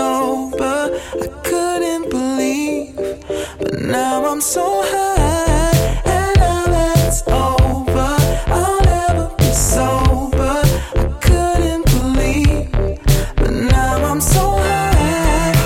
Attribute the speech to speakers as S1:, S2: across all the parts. S1: sober. I couldn't believe, but now I'm so high, and now that's over. I'll never be sober. I couldn't believe, but now I'm so high.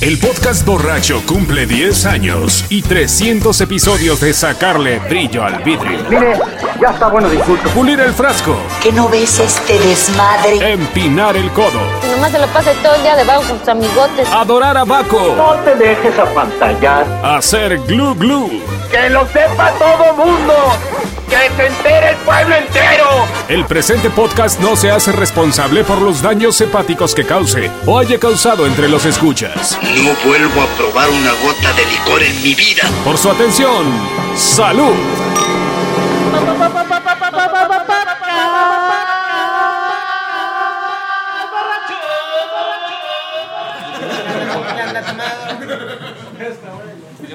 S2: El podcast borracho cumple 10 años y 300 episodios de sacarle brillo al vidrio.
S3: Mire, ya está bueno de insultos.
S2: Pulir el frasco,
S4: ¿Qué no ves este desmadre?
S2: empinar el codo,
S5: Y Nomás se lo pasa todo el día debajo con sus amigotes.
S2: adorar a Baco,
S3: No te dejes apantallar.
S2: hacer glu glu,
S3: ¡Que lo sepa todo mundo! ¡Que se entere el pueblo entero!
S2: El presente podcast no se hace responsable por los daños hepáticos que cause o haya causado entre los escuchas.
S6: No vuelvo a probar una gota de licor en mi vida.
S2: Por su atención, salud.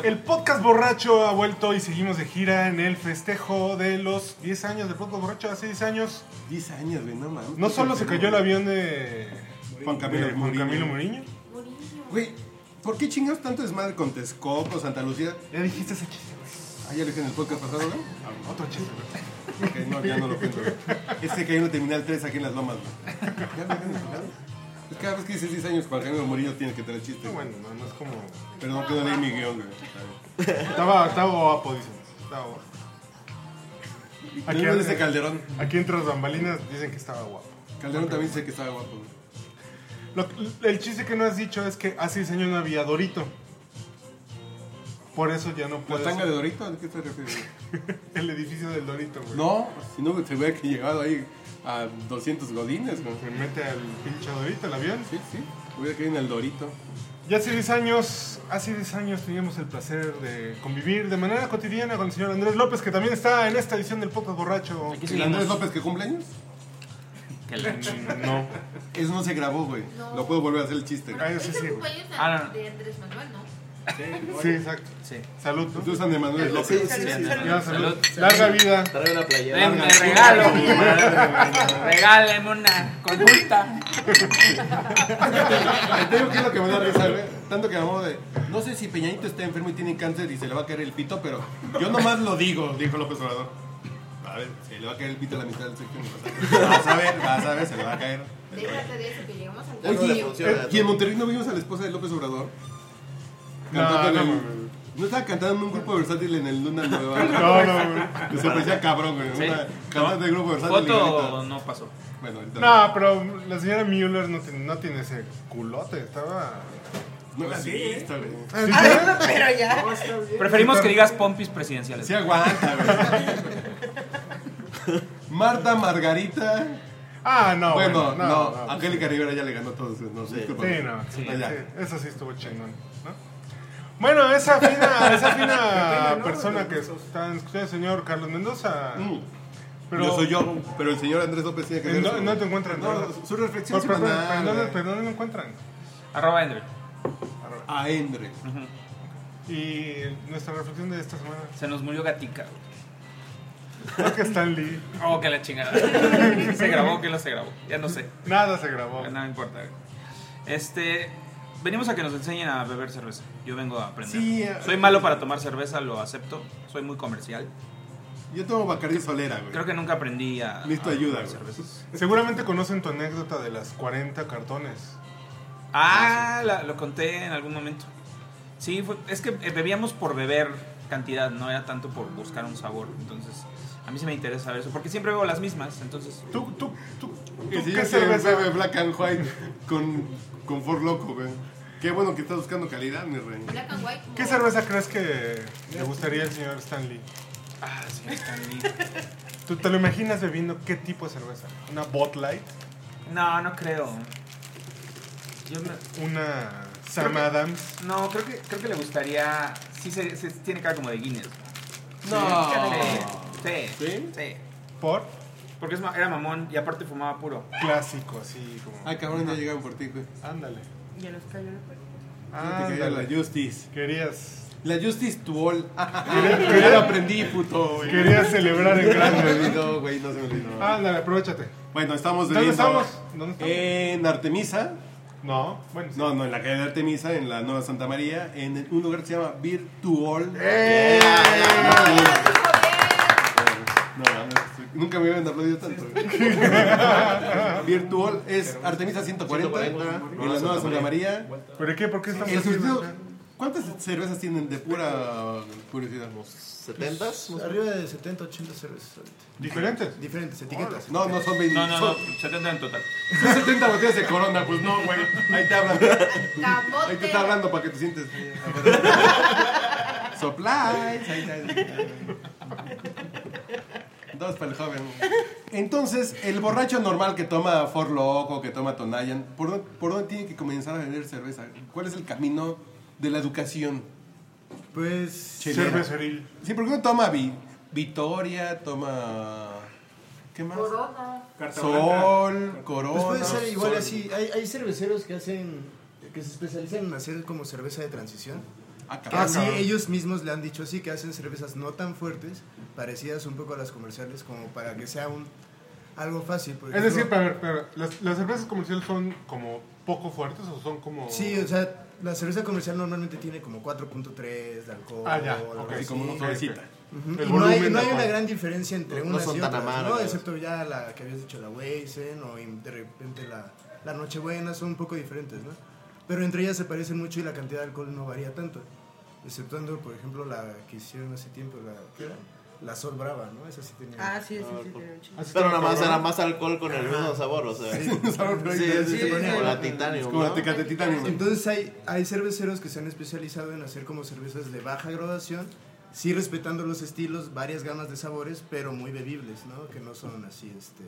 S7: El podcast borracho ha vuelto y seguimos de gira en el festejo de los 10 años del podcast borracho. Hace 10 años
S8: 10 años, güey, no mames.
S7: no solo se cayó el avión de
S8: Juan Camilo
S7: de Juan
S8: Muriño.
S7: Camilo Muriño.
S8: Güey, ¿por qué chingados tanto desmadre con Texcoco, Santa Lucía?
S7: Ya dijiste ese chiste, güey.
S8: Ah, ya lo dije en el podcast pasado, güey. Ah,
S7: Otro chiste, güey.
S8: Ok, no, ya no lo cuento, güey. Es que cayó en el Terminal 3 aquí en Las Lomas, güey. Ya me dejan en su lado. Pues cada vez que dices 10 años, Juan Jaime Murillo tiene que traer chistes. güey.
S7: Bueno, no, no es como.
S8: Pero no quedó leí mi guión, güey. Está bien.
S7: Estaba, estaba guapo, dicen. Estaba guapo.
S8: Aquí
S7: en-
S8: ese Calderón.
S7: Aquí entre las bambalinas dicen que estaba guapo.
S8: Calderón también dice que estaba guapo, güey.
S7: Lo- el chiste que no has dicho es que hace 10 años no había Dorito. Por eso ya no
S8: ¿La
S7: puedes.
S8: tanga de Dorito? ¿A qué te refieres? güey?
S7: El edificio del Dorito, güey.
S8: No, si no, güey, se hubiera que llegado ahí a 200 godines, güey.
S7: Se mete al pinche Dorito, el avión.
S8: Sí, sí. Hubiera caído en el Dorito.
S7: Ya hace 10 años, hace 10 años teníamos el placer de convivir de manera cotidiana con el señor Andrés López, que también está en esta edición del Podcast Borracho.
S8: ¿Y el Andrés López que cumpleaños?
S7: No.
S8: Eso no se grabó, güey. Lo puedo volver a hacer el chiste.
S7: Ah,
S8: güey.
S7: yo sí, sí. güey.
S9: Ah, no, no.
S7: Sí, exacto. Salud. ¿no?
S8: Entonces, San Emanuel López.
S7: Ya, salud. Larga vida.
S9: Denme regalo. Regáleme una conjunta.
S8: Te digo que es lo que me da risa, güey. Tanto que mamó de. No sé si Peñanito está enfermo y tiene cáncer y se le va a caer el pito, pero yo nomás lo digo, dijo López Obrador. A ver, se le va a caer el pito a la mitad del sexto universal. Vas a ver, vas a ver, se le va a caer.
S10: Déjate de eso, que llegamos al
S8: Oye,
S11: eh,
S8: y en Monterrey no vimos a la esposa de López Obrador.
S7: No,
S8: Cantando en
S7: no,
S8: el- No estaba cantando en un grupo versátil en el Luna Nueva.
S7: No, no, güey.
S8: Que Se parecía cabrón, güey.
S9: Sí.
S8: Una cantante de grupo versátil. y
S9: Foto
S8: grita.
S9: no pasó.
S8: Bueno, ahorita.
S7: No, pero la señora Müller no tiene, no tiene ese culote. Estaba.
S8: No la has visto, güey.
S9: Preferimos que digas pompis presidenciales.
S8: Sí aguanta, güey. Marta Margarita.
S7: Ah, no.
S8: bueno, no,
S7: no. pues
S8: Angélica Rivera ya le ganó todos. No, sí,
S7: Sí, no. Sí,
S8: Ah, ya.
S7: sí, Eso sí estuvo chingón, ¿no? Bueno, esa fina, esa fina persona que está escuchando el señor Carlos Mendoza.
S8: Mm.
S7: Pero-
S8: yo soy yo, pero el señor Andrés López tiene que
S7: Eh,
S8: ver.
S7: no-
S8: su-
S7: no te encuentran,
S8: No,
S7: ¿no?
S8: su reflexión
S7: Por- por- por- ¿en
S8: semanal,
S7: dónde-
S8: güey.
S7: ¿Pero dónde lo encuentran?
S9: Arroba Andrew.
S8: A Endre.
S7: Y nuestra reflexión de esta semana.
S9: Se nos murió gatica.
S7: Creo que Stan Lee.
S9: Oh, que la chingada. ¿Se grabó o qué no se grabó? Ya no sé.
S7: Nada se grabó.
S9: No me importa. Este. Venimos a que nos enseñen a beber cerveza. Yo vengo a aprender.
S8: Sí, eh.
S9: Soy malo para tomar cerveza, lo acepto. Soy muy comercial.
S8: Yo tomo Bacardi Solera, güey.
S9: Creo que nunca aprendí a.
S8: Necesito
S9: a
S8: ayuda,
S9: tomar
S8: güey.
S9: cervezas.
S7: Seguramente conocen tu anécdota de las 40 cartones.
S9: Ah, la- lo conté en algún momento. Sí, fue- es que eh, bebíamos por beber cantidad, no era tanto por buscar un sabor. Entonces, a mí sí me interesa saber eso, porque siempre bebo las mismas. Entonces,
S7: ¿Tú, tú, tú, tú
S8: El
S7: qué
S8: señor que
S7: cerveza?
S8: bebe Black and White con, con Ford Loco, güey. Qué bueno que estás buscando calidad, mi rey.
S10: Black and White. como-
S7: ¿Qué cerveza crees que le gustaría al señor Stan Lee?
S9: ah, sí, está bien.
S7: ¿Tú te lo imaginas bebiendo qué tipo de cerveza? ¿Una Bot Light?
S9: No, no creo. Yo me-
S7: ¿Una Sam Adams?
S9: no, creo que, creo que le gustaría. Sí, se, se tiene cara como de Guinness.
S8: No.
S9: Sí, sí,
S8: ¿Sí?
S9: sí.
S7: ¿Por?
S9: Porque es ma- era mamón y aparte fumaba puro.
S7: Clásico, así como...
S8: Ay, cabrón, ya llegaron por ti, güey.
S7: Ándale.
S10: Ya los cayó el cuerpo.
S8: Te quería la
S7: Ándale.
S8: Justice.
S7: Querías,
S8: La Justice to all.
S7: quería-
S8: Ya lo aprendí, puto, güey.
S7: querías celebrar en
S8: No se me
S7: grande.
S8: olvidó, güey, no se me olvidó.
S7: Ándale, aprovechate.
S8: Bueno, estamos
S7: ¿Dónde
S8: bebiendo
S7: estamos? ¿Dónde estamos?
S8: En Artemisa.
S7: Eh, No, bueno. sí.
S8: No, no, en la calle de Artemisa, en la Nueva Santa María, en el- un lugar que se llama Virtual.
S7: ¡Eh!
S8: No, no, nunca me habían aplaudido tanto. Virtual es Artemisa 140, en la Nueva Santa María.
S7: ¿Pero qué? ¿Por qué estamos
S8: El surtido-
S7: acá?
S8: ¿Cuántas cervezas tienen de pura curiosidad?
S11: ¿70s? Arriba de 70, 80 cervezas ahorita.
S7: ¿Diferentes?
S11: Diferentes etiquetas.
S8: No, no son 20.
S9: No, no, no,
S8: son-
S9: 70 en total.
S8: son 70 botellas de corona, pues no, güey. Ahí te hablan.
S10: Camote.
S8: Ahí te está hablando para que te sientes. Supplies. Ahí está. Dos para el joven. Entonces, el borracho normal que toma For Loco, que toma Tonayan, ¿por dónde, ¿por dónde tiene que comenzar a vender cerveza? ¿Cuál es el camino de la educación?
S11: Pues.
S8: Che-
S7: Cerveceril.
S8: Sí, porque uno toma Vi- Vitoria, toma. ¿Qué más?
S10: Corona.
S8: Sol,
S11: Pues
S8: Corona.
S11: puede ser igual
S8: Sol.
S11: así. Hay, hay cerveceros que hacen. que se especializan en hacer como cerveza de transición.
S8: Ah,
S11: Que
S8: cabrón.
S11: así ellos mismos le han dicho así, que hacen cervezas no tan fuertes, parecidas un poco a las comerciales, como para que sea un algo fácil. pues. por
S7: Es decir,
S11: ejemplo.
S7: para ver, para ver, ¿las, las cervezas comerciales son como poco fuertes o son como...
S11: Sí, o sea, la cerveza comercial normalmente tiene como 4.3 de alcohol.
S7: Ah, ya,
S11: algo
S7: ok,
S11: así.
S8: como una
S7: ok,
S8: suavecita.
S7: ok.
S11: Ujú,
S7: El
S11: Y no hay,
S7: volumen
S11: no hay
S7: tampoco.
S11: una gran diferencia entre
S12: No
S11: unas
S12: son
S11: y
S12: tan
S11: otras, ¿no?
S12: amargas.
S11: Excepto ya la que habías dicho, la Weizen o in- de repente la, la Nochebuena, son un poco diferentes, ¿no? Pero entre ellas se parecen mucho y la cantidad de alcohol no varía tanto. Exceptuando, por ejemplo, la que hicieron hace tiempo, la, ¿qué era? La Sol Brava, ¿no? Esa sí tenía...
S10: Ah, sí, sí, sí, tiene un chingo.
S7: Así
S12: Pero
S7: está,
S12: nada más
S7: cabrón.
S12: era más alcohol con el mismo sabor, o sea. Sí,
S8: Sabor, pero ahí
S12: sí,
S8: te-
S12: sí,
S8: te ponía-
S12: como la titanio.
S8: Como la
S12: ¿no?
S8: Tecate Titanium.
S11: Entonces hay, hay cerveceros que se han especializado en hacer como cervezas de baja graduación, sí respetando los estilos, varias gamas de sabores, pero muy bebibles, ¿no? Que no son así, este,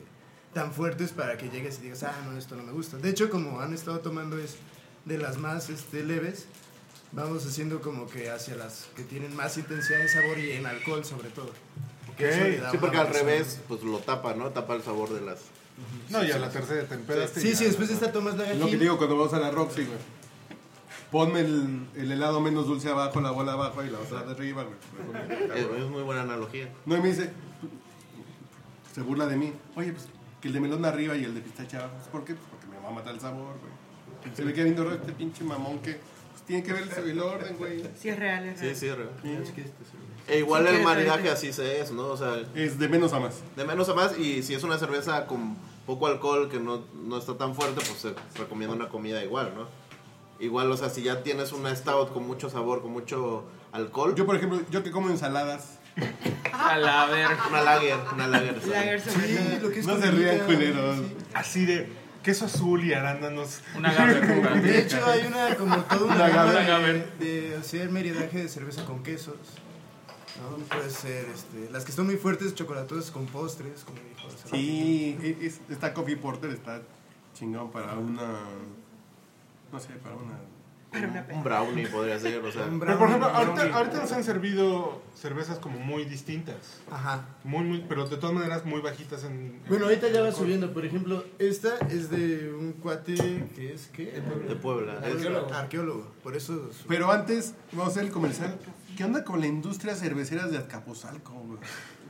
S11: tan fuertes para que llegues y digas, ah, no, esto no me gusta. De hecho, como han estado tomando es de las más este, leves, vamos haciendo como que hacia las que tienen más intensidad de sabor y en alcohol sobre todo. Eso le da
S12: Sí,
S11: una
S12: porque al
S11: razón.
S12: revés, pues lo tapa, ¿no? Tapa el sabor de las.
S7: No, y a la tercera te empedaste.
S11: Sí, sí, después de esta tomas la
S8: Es este lo que
S11: gajilla.
S8: digo cuando vas a la Roxy, güey. Ponme el, el helado menos dulce abajo, la bola abajo y la otra de arriba, güey.
S11: Eh,
S12: Es, es muy buena analogía.
S8: No, y me dice, se burla de mí. Oye, pues que el de melón arriba y el de pistacha abajo. Pues, ¿Por qué? Pues porque me va a matar el sabor, güey. Se me queda viendo raro este pinche mamón que pues, tiene que ver el, el orden, güey.
S10: Sí, es real, es
S12: Sí,
S10: real.
S12: sí, re- E igual el maridaje así se es, ¿no? O sea,
S8: Es de menos a más.
S12: de menos a más. Y si es una cerveza con poco alcohol que no, no está tan fuerte, pues se recomienda una comida igual, ¿no? Igual, o sea, si ya tienes una stout con mucho sabor, con mucho alcohol,
S8: Yo, por ejemplo, yo que como ensaladas.
S9: A la verga.
S12: una lager, una lager. está bien.
S10: Lager sobre todo.
S11: Sí, lo que es
S8: No se
S11: comidita,
S8: rían, culeros.
S11: sí.
S7: Así de queso azul y arándanos.
S9: Una garra
S11: De hecho, hay una como toda una
S8: Una
S11: gama
S8: gaber.
S11: de, de hacer maridaje de cerveza con quesos. ¿no? Puede ser, este, las que son muy fuertes, chocolatosas con postres, como dijo. hace rato.
S8: Sí, e-, es- esta coffee porter está chingón para una. No sé, para una.
S10: Para una peda.
S12: Un brownie podría ser, o sea.
S11: Un
S7: Pero por ejemplo,
S11: brownie,
S7: ahorita,
S11: brownie.
S7: ahorita nos han servido cervezas como muy distintas.
S11: Ajá.
S7: Muy, muy, pero de todas maneras muy bajitas en... en-
S11: Bueno, ahorita ya va subiendo. Por ejemplo, esta es de un cuate que es, ¿qué?
S12: De Puebla. Es-
S11: Arqueólogo. Por eso... su-
S8: Pero antes, vamos a hacer el comercial. ¿Qué onda con la industria cervecera de Azcapotzalco, güey?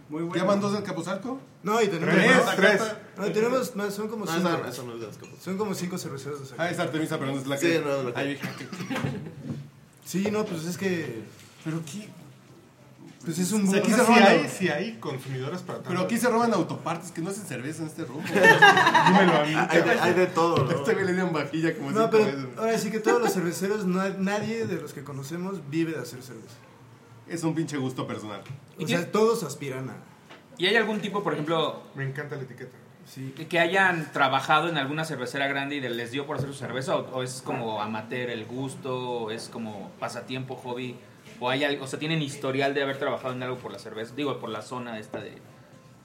S8: Muy bueno. ¿Llaman dos de Azcapotzalco?
S11: No, y tenemos...
S7: Tres,
S11: más.
S7: tres.
S11: No, tenemos más, son como
S12: No, esa
S11: cinco.
S12: no- eso no es de Azcapotzalco.
S11: Son como cinco cerveceros de Zacatecas.
S8: Ah, es Artemisa, pero no es la
S12: Sí,
S8: que.
S12: no es la que-
S8: Ay, dije, ok.
S11: Sí, no, pues es que...
S8: Pero aquí,
S11: Pues es un...
S8: O
S11: boom.
S8: sea, aquí
S7: O
S8: se
S7: sea, sí
S8: roban-
S7: hay, sí hay consumidoras para...
S8: pero
S7: tanto-
S8: aquí se roban autopartes que no hacen cerveza en este rumbo.
S7: Dímelo a mí.
S12: Hay de, hay de todo, ¿no?
S8: este güey le dieron vajilla como
S11: No,
S8: cinco
S11: pero
S8: veces.
S11: ahora sí que todos los cerveceros, no hay- nadie de los que conocemos vive de hacer cerveza.
S8: Es un pinche gusto personal.
S9: ¿Y
S11: O
S9: qué-
S11: sea, todos aspiran a.
S9: ¿Y hay algún tipo, por ejemplo,
S7: Me encanta la etiqueta.
S11: Sí.
S9: que hayan trabajado en alguna cervecera grande y les dio por hacer su cerveza? ¿O, o es como amateur el gusto? ¿O es como pasatiempo, hobby? ¿O, hay, al- o sea, tienen historial de haber trabajado en algo por la cerveza? Digo, por la zona esta de,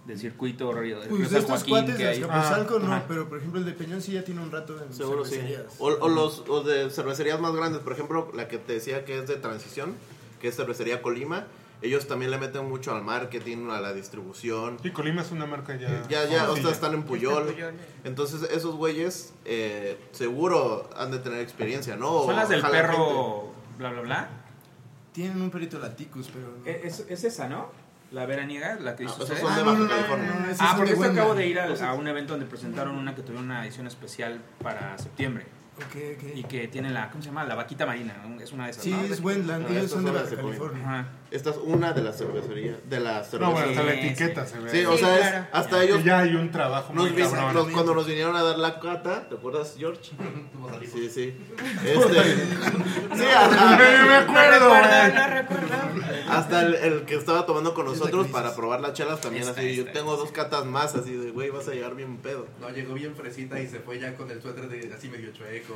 S9: del circuito Río, Río
S11: Pues de
S9: San
S11: estos
S9: Joaquín
S11: cuates
S9: que
S11: de
S9: hay.
S11: Azcapotzalco no,
S9: Ajá.
S11: pero por ejemplo el de Peñón sí ya tiene un rato en
S12: Seguro sí.
S11: cervecerías.
S12: O, o los o de cervecerías más grandes, por ejemplo, la que te decía que es de transición, que es cervecería Colima, ellos también le meten mucho al marketing, a la distribución.
S7: Sí, Colima es una marca ya...
S12: Ya, ya, o sea,
S7: conocida.
S12: están en
S10: Está
S12: Puyol.
S10: en Puyol.
S12: Entonces, esos güeyes eh, seguro han de tener experiencia, ¿no? O
S9: ¿Son las del
S12: jalan gente.
S9: perro bla, bla, bla?
S11: Tienen un perito laticus, pero. no. Ah,
S9: Eh, ¿Es, es esa, no? La veraniega, la que
S12: No,
S9: hizo
S12: esos
S9: usted.
S12: Ah, son de
S11: no,
S12: Baja
S11: no, no,
S12: California.
S11: no, no, esos
S9: Ah,
S11: son
S9: porque
S11: de
S9: esto
S11: Huemla.
S9: acabo de ir al- a, un evento donde presentaron una que tuvieron una edición especial para septiembre. Y que tiene la, ¿cómo se llama? La vaquita marina. ¿no? Es una de esas.
S11: Sí,
S9: ¿no?
S11: es Wendland. Ellos son de Baja California.
S9: Ajá.
S12: Esta es una de las cervecerías. De las cervezas.
S7: No, bueno, hasta la etiqueta se ve.
S12: Sí, o
S7: Sí,
S12: sea, es-
S7: claro.
S12: hasta
S7: Ya.
S12: ellos.
S7: Ya hay un trabajo muy
S12: nos vi-
S7: cabrón.
S12: nos- cuando nos vinieron a dar la cata, ¿te acuerdas, George? Sí, sí.
S7: No
S12: Este.
S7: salimos.
S12: sí, hasta.
S7: No me acuerdo, güey. No
S10: recuerdo.
S12: Hasta el, el que estaba tomando con nosotros para probar las chelas también.
S13: Esta,
S12: así, yo
S13: esta,
S12: tengo dos catas más, así de, güey, vas a llegar bien pedo.
S13: No, llegó bien fresita y se fue ya con el suéter de así medio chueco.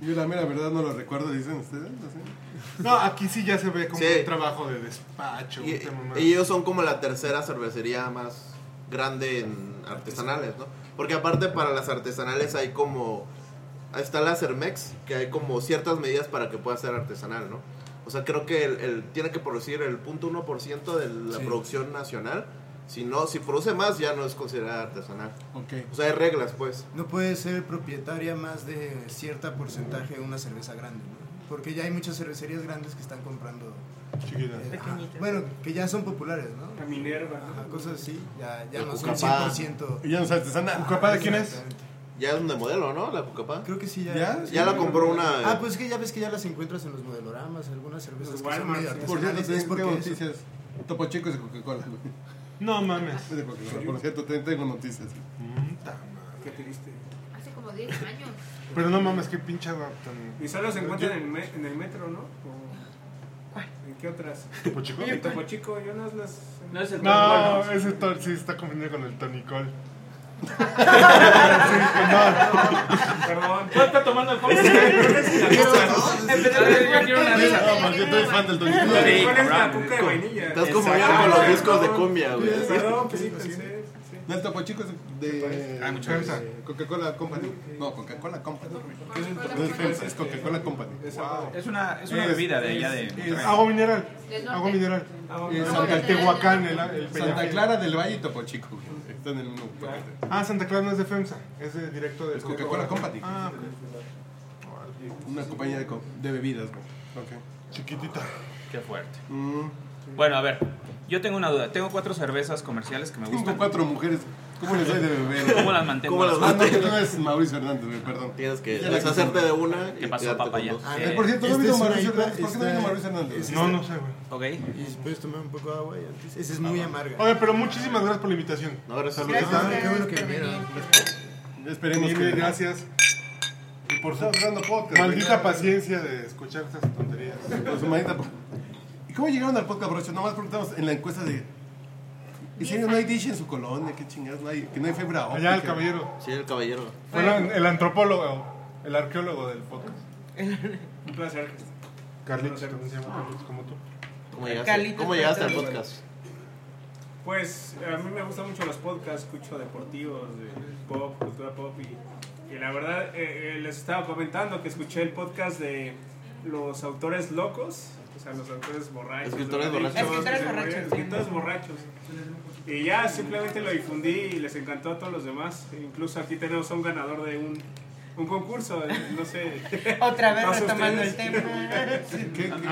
S8: Yo la mera verdad no lo recuerdo, dicen ustedes. ¿no? ¿Sí?
S7: No, aquí sí ya se ve como
S12: Sí.
S7: un trabajo de despacho.
S12: Y,
S7: un tema más.
S12: y ellos son como la tercera cervecería más grande en artesanales, ¿no? Porque aparte para las artesanales hay como... ahí Está la Cermex, que hay como ciertas medidas para que pueda ser artesanal, ¿no? O sea, creo que el, el- tiene que producir el 0.1% de la
S8: Sí.
S12: producción nacional. Si no, si produce más ya no es considerada artesanal.
S8: Ok.
S12: O sea, hay reglas, pues.
S11: No puede ser propietaria más de cierta porcentaje de una cerveza grande, ¿no? Porque ya hay muchas cervecerías grandes que están comprando.
S7: Chiquitas.
S11: eh, ajá. bueno, que ya son populares, ¿no? La Minerva. cosas así. Ya, ya
S12: La
S11: no son
S12: Cucapá.
S11: 100%.
S12: Y ya no es artesanal. ¿Cucapá de quién es? Ya es de modelo, ¿no? La Cucapá.
S11: Creo que sí, ya.
S12: Ya, la compró una.
S11: Ah, pues que ya ves que ya las encuentras en los modeloramas, algunas cervezas que son medio
S8: Por cierto,
S11: artesanales.
S8: te-
S11: Es porque
S8: tengo
S11: eso.
S8: noticias. Topo Chico es de Coca-Cola, güey.
S7: No mames.
S8: Es de Coca-Cola. Por cierto, te- tengo noticias.
S14: Qué triste.
S15: Hace como 10 años.
S7: Pero no mames, qué pinche agua tan.
S14: Y solo se encuentran
S7: Yo-
S14: en, el me- en el metro, ¿no? O- ¿En qué otras?
S7: ¿Topo Chico?
S14: En Topo Chico, yo no las...
S7: No, ese Thor sí está comiendo con el Tonicol. Sí, no.
S14: Perdón. ¿Cuál está tomando el
S7: Es
S12: No, porque tú eres fan del Tony Cole.
S14: Sí,
S12: Con
S14: cabrón,
S12: esta cuca de
S14: con-
S12: vainilla. Estás
S14: Exacto.
S12: como yo con los discos de cumbia, güey.
S8: Perdón, pues sí, pensé. No, el Topo Chico es de.
S12: Hay muchas
S8: Pepsi,
S12: veces.
S8: Coca-Cola Company. No, Coca-Cola Company. No es
S7: Company.
S8: Pepsi, es Coca-Cola Company.
S7: Wow.
S9: Es una- es una bebida de allá de
S8: es-
S9: Monterrey.
S8: es-
S7: Agua mineral.
S8: Del norte.
S7: Agua mineral.
S8: Agua
S7: Eh,
S8: mineral.
S7: Santa Tehuacán, el, el
S8: Santa
S7: Peñafiel.
S8: Clara del Valle y Topo Chico. güey. Están en el mismo paquete.
S7: Ah, Santa Clara no es de FEMSA, es de directo de
S8: Es Coca-Cola Company.
S7: Ah,
S8: Una compañía de, co- de bebidas, güey.
S7: Chiquitita.
S9: Qué fuerte. Bueno, a ver. Yo tengo una duda. Tengo cuatro cervezas comerciales que me
S8: Tengo
S9: gustan.
S8: cuatro mujeres. ¿Cómo les doy de beber?
S9: ¿Cómo las mantengo?
S8: ¿Cómo las
S9: Ah, no,
S8: mantengo? No es Mauricio Hernández, güey, perdón.
S12: Tienes que
S8: Ya la
S12: deshacerte
S8: quité.
S12: de una y
S9: ¿Qué pasó, Eh,
S12: quedarte con
S9: papaya?
S12: dos.
S8: Ah, por cierto, no
S11: Este
S8: vino
S11: es una
S8: Mauricio
S11: IPA,
S8: Hernández. ¿Por qué no
S11: esta-
S8: vino Mauricio Hernández?
S11: es
S7: No,
S11: esta-
S7: no sé, güey.
S9: Ok.
S11: Y puedes tomar un poco de agua y antes. Esa es muy
S13: Ah,
S11: amarga.
S7: Oye, pero muchísimas gracias por la invitación.
S12: No, gracias a
S7: Saludos.
S11: ustedes. Ah, qué bueno que vinieron.
S8: Esperemos
S7: Mil
S8: que-
S7: gracias. Y por su
S8: Estamos grabando podcast,
S7: maldita
S8: güey.
S7: paciencia de escuchar estas tonterías.
S8: Por su maldita po- ¿Y cómo llegaron al podcast, borracho? Nomás preguntamos en la encuesta de. ¿En serio no hay dish en su colonia? ¿Qué chingados? No hay, que no hay febra
S7: Allá el caballero.
S12: Sí, el caballero.
S7: Fue el, el antropólogo, el arqueólogo del podcast.
S14: Un placer.
S7: Carlitos, también se llama Carlitos, como tú.
S12: ¿Cómo llegaste, ¿Cómo llegaste al podcast?
S14: Pues a mí me gustan mucho los podcasts, escucho deportivos, de pop, cultura pop y, y la verdad eh, eh, les estaba comentando que escuché el podcast de los autores locos, o sea, los autores borrachos.
S12: Escritores
S14: drogadictos,
S12: borrachos. Escritores
S14: que se
S12: borrachos,
S14: morían,
S12: sí.
S14: Escritores borrachos. Y ya simplemente lo difundí y les encantó a todos los demás. Incluso aquí tenemos a un ganador de un, un concurso, eh, no sé.
S16: Otra vez
S14: No sé
S16: retomando el
S14: ustedes.
S16: tema.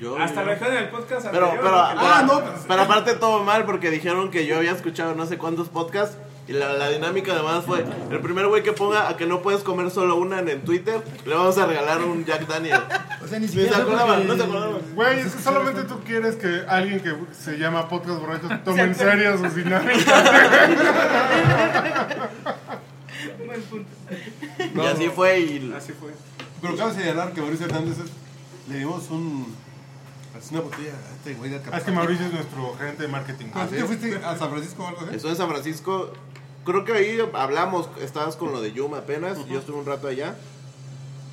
S12: Yo-
S14: Hasta lo dejé en el podcast
S12: Pero,
S14: anterior,
S12: pero,
S14: porque-
S12: ah, no,
S8: pues,
S12: pero aparte todo mal porque dijeron que yo había escuchado no sé cuántos podcasts y la, la dinámica además fue el primer güey que ponga a que no puedes comer solo una en el Twitter le vamos a regalar un Jack Daniel.
S11: O sea, ni
S12: se
S11: siquiera
S12: acordaban, no
S11: porque-
S12: se acordaban.
S7: Güey, Pues es que solamente tú quieres que alguien que se llama Podcast Borrachos tome en
S12: Se
S7: serio
S12: acuerde.
S7: sus dinámicas.
S14: Buen punto.
S12: Y así fue y
S14: Así fue.
S8: Pero acabas de señalar que Mauricio Hernández es- le dimos un. así una botella a este güey de
S7: Ah, es que Mauricio es nuestro gerente de marketing.
S8: Ah, ¿sí? ¿Te fuiste a San Francisco o algo así?
S12: Estuve en San Francisco. Creo que ahí hablamos, estabas con lo de Yuma apenas. Yo estuve un rato allá.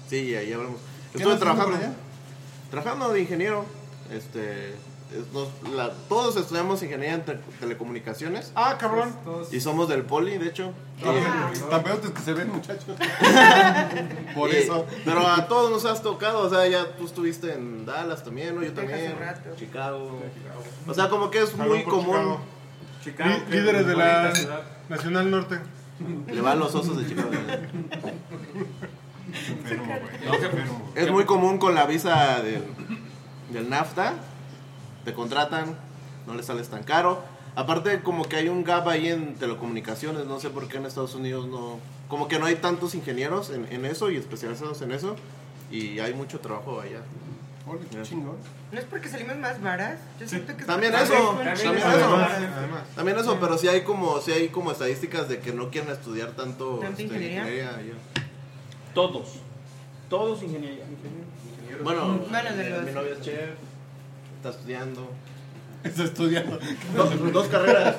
S12: Sí, ahí hablamos.
S8: ¿Qué
S12: Estuve
S8: andas haciendo por
S12: trabajando.
S8: allá?
S12: Trabajando de ingeniero. Este. es- nos- la- todos estudiamos ingeniería en te- telecomunicaciones.
S7: Ah, cabrón.
S12: Y somos del poli, de hecho. Eh,
S8: Ah,
S12: Y-
S8: Tan peotes que se ven, muchachos. Por
S12: y-
S8: eso.
S12: Pero a todos nos has tocado. O sea, ya tú estuviste en Dallas también, ¿no? Yo
S8: Texas
S12: también.
S8: un rato.
S12: Chicago. O sea, como que es
S7: Jalón
S12: muy
S7: por
S12: común.
S7: Chicago. Lí- líderes de la Nacional Norte.
S12: Le van los osos de Chicago.
S8: No, qué enfermo.
S12: Es muy común con la visa del, del NAFTA. Te contratan, no le sales tan caro. Aparte, como que hay un gap ahí en telecomunicaciones. No sé por qué en Estados Unidos no, como que no hay tantos ingenieros en, en eso y especializados en eso. Y hay mucho trabajo allá. Mira.
S10: ¿No es porque salimos más varas? Yo siento que
S12: También eso, también eso, también eso, pero sí hay como, sí hay como estadísticas de que no quieren estudiar tanto
S10: ¿Tanta
S12: este,
S10: ingeniería?
S12: allá.
S9: Todos. Todos ingeniería.
S12: Bueno,
S10: Bueno, de
S12: eh,
S10: los-
S12: mi novia es chef, está estudiando.
S8: Está estudiando.
S12: Dos, dos carreras.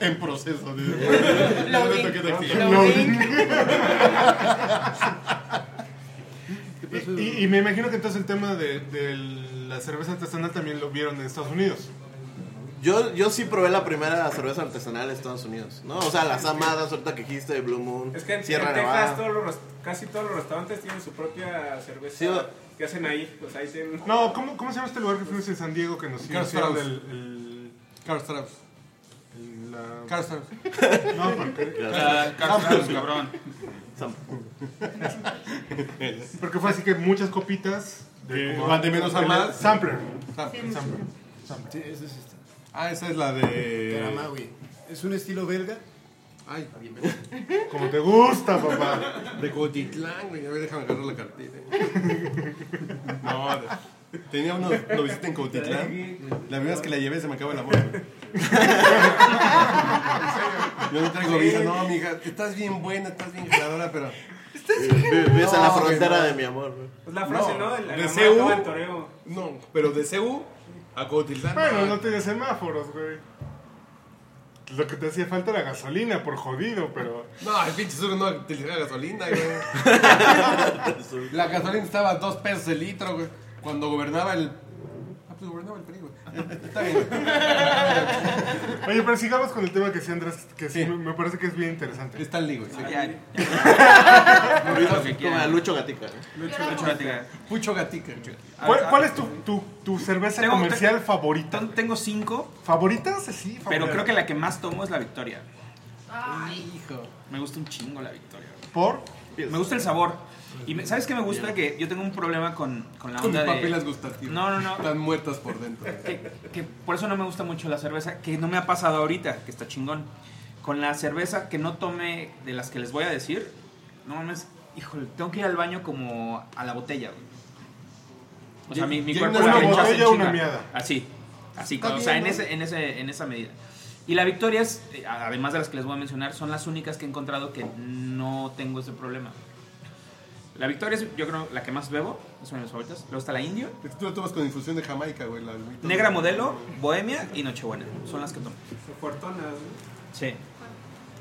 S8: en proceso. De...
S12: Loading.
S8: ¿Qué te exige?
S12: Loading.
S7: Y, y- y me imagino que entonces el tema de, de la cerveza artesanal también lo vieron en Estados Unidos.
S12: Yo, yo sí probé la primera cerveza artesanal de Estados Unidos, ¿no? O sea, las amadas, ahorita que dijiste de Blue Moon,
S14: Es que en,
S12: Sierra
S14: en Texas
S12: Nevada.
S14: todos los res- casi todos los restaurantes tienen su propia cerveza
S12: Sí, o-
S14: que hacen ahí. Pues ahí tienen...
S7: No, ¿cómo, cómo se llama este lugar que fuimos en San Diego que nos
S14: Carl's
S7: hicieron
S14: Strauss.
S7: el... el... El- la-
S8: Carl's
S7: No, porque...
S8: Ah, Carl's Strauss, cabrón.
S7: Porque fue así que muchas copitas...
S8: Que
S7: Eh,
S8: van de menos a más.
S7: Sampler.
S8: Sampler.
S7: Sampler.
S11: Sí, esa es esta.
S8: Ah, esa es la de.
S11: Karamawi. Es un estilo belga.
S8: Ay,
S7: Como te gusta, papá.
S8: De Cotitlán, güey. A ver, déjame agarrar la cartera. No, de- tenía una novicita en Cotitlán. La primera vez que la llevé se me acaba el amor. güey. Yo no traigo visa, no, amiga. Estás bien buena, estás bien jaladora, pero.
S12: Vives en la
S8: No, güey,
S12: frontera
S8: no.
S12: de mi amor. güey.
S14: Es la frase, ¿no? El- el
S8: de
S14: amor
S8: CU.
S14: acaba en toreo.
S8: No, pero de CU a Cotitlán.
S7: Bueno,
S8: no.
S7: no tenía semáforos, güey. Lo que te hacía falta era gasolina, por jodido, pero...
S8: No, el pinche sur no utilizaba gasolina, güey. La gasolina estaba a dos pesos el litro, güey. Cuando gobernaba el. Ah, pues gobernaba el PRI, güey. Está bien.
S7: Oye, pero sigamos con el tema que sí, Andrés, que sí, me- me parece que es bien interesante.
S8: Está el lío, sí.
S9: Ah, ya, ya. Lo que
S12: Como
S9: quieran.
S12: a Lucho Gatica. ¿eh?
S9: Mucho gatica.
S8: Pucho gatica.
S7: ¿Cuál, cuál es tu, tu, tu cerveza
S9: Ah, Tengo-
S7: comercial favorita?
S9: Ton- Tengo cinco,
S7: ¿Favoritas? Sí, favoritas.
S9: pero creo que la que más tomo es la Victoria.
S10: Ay,
S8: Hijo.
S9: Me gusta un chingo la Victoria.
S7: ¿Por?
S9: Me gusta el sabor. Y me- ¿sabes qué me gusta? Que yo tengo un problema con, con la
S8: Con mis
S9: onda de...
S8: papilas gustativas.
S9: Ah, No, no, no.
S8: Están muertas por dentro.
S9: que, que por eso no me gusta mucho la cerveza, que no me ha pasado ahorita, que está chingón. Con la cerveza que no tome de las que les voy a decir, no mames, híjole, tengo que ir al baño como a la botella, güey. O sea, mi, mi
S8: Llena
S9: cuerpo
S8: una
S9: se rechaza en
S7: botella o una
S9: chinga.
S7: miada.
S9: Así, así,
S8: Está
S9: o sea, en,
S8: bien, ¿no?
S9: ese, en, ese, en esa medida. Y las victorias, eh, además de las que les voy a mencionar, son las únicas que he encontrado que no tengo ese problema. La victoria es, yo creo, la que más bebo, es una de mis favoritas. Luego está la indio,
S8: Es que tú la tomas con infusión de Jamaica, güey. la-
S9: Negra Modelo, Bohemia y Nochebuena. Son las que tomo.
S14: Fortunas, ¿no?
S9: Sí.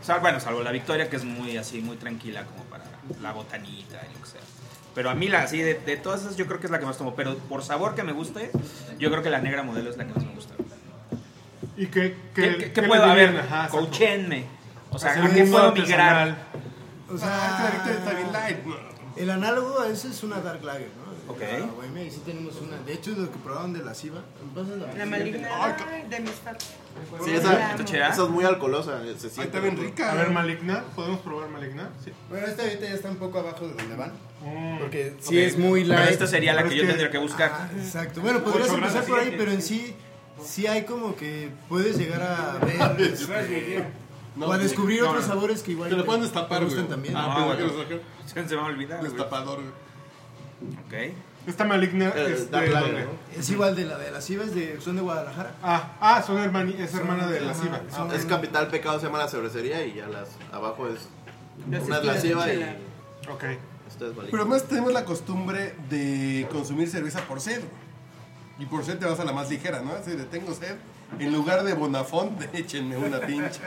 S9: Sal- bueno, salvo la Victoria, que es muy así, muy tranquila, como para la botanita y lo que sea. Pero a mí, la, así, de, de todas esas, yo creo que es la que más tomo. Pero por sabor que me guste, yo creo que la Negra Modelo es la que más me gusta.
S7: ¿Y qué, qué,
S9: ¿Qué, qué- qué
S7: le
S9: puedo haber?
S7: dirían? Ajá, exacto.
S9: Coachenme. O sea,
S7: Hacer
S9: ¿a qué
S7: un
S9: puedo
S7: artesanal.
S9: migrar?
S11: O
S8: Ah,
S11: sea,
S8: la Victoria está bien light. No.
S11: el análogo a eso es una Dark Lager, ¿no?
S9: Ok.
S7: Ah,
S11: La bohemia, y sí tenemos una. De hecho, lo que probaron de la Siva. entonces
S10: la maligna ay, de mis fans.
S12: Sí,
S10: La
S12: esa,
S10: amo.
S9: chida?
S12: esa es muy alcoholosa. eh, Se
S8: Ahí
S12: siente.
S8: está bien rica.
S7: A ver, Maligna, ¿podemos probar Maligna? Sí.
S11: Bueno, esta ahorita ya está un poco abajo de donde van. Porque sí
S9: Mm. Ok,
S11: es muy light.
S9: Pero esta sería la
S7: Pero
S9: que
S7: es
S9: yo
S7: que-
S9: tendría que buscar.
S11: Ah, exacto. Bueno, podrías
S7: Ocho
S11: empezar
S7: grados,
S11: por ahí,
S7: sí.
S11: pero en sí, sí hay como que puedes llegar a ver este,
S8: No,
S11: o a descubrir
S8: no, no.
S11: otros sabores que igual
S8: Te lo pueden
S11: te
S8: destapar,
S11: gustan
S8: güey.
S11: también.
S8: Ah,
S9: No,
S8: pensé
S9: güey.
S8: que lo sacaron.
S9: Se me va a olvidar. güey.
S8: Destapador, güey.
S9: Ok.
S7: Esta Maligna
S12: Eh,
S7: es
S12: Dark
S7: de...
S12: Lager,
S7: dónde?
S12: ¿no?
S11: Es igual de la de las IVAs de son de Guadalajara.
S7: Ah, ah son hermani, es hermana de la
S11: Ajá,
S7: Siva.
S11: son-
S12: Es Capital Pecado, se llama la cervecería y ya las abajo es una es la
S10: esquinas de
S12: ceiba y
S10: chela.
S7: Ah, ok.
S12: esta es Maligna.
S8: Pero además tenemos la costumbre de consumir cerveza por sed. güey. Y por sed te vas a la más ligera, ¿no? Así de tengo sed. En lugar de Bonafont, échenme una pinche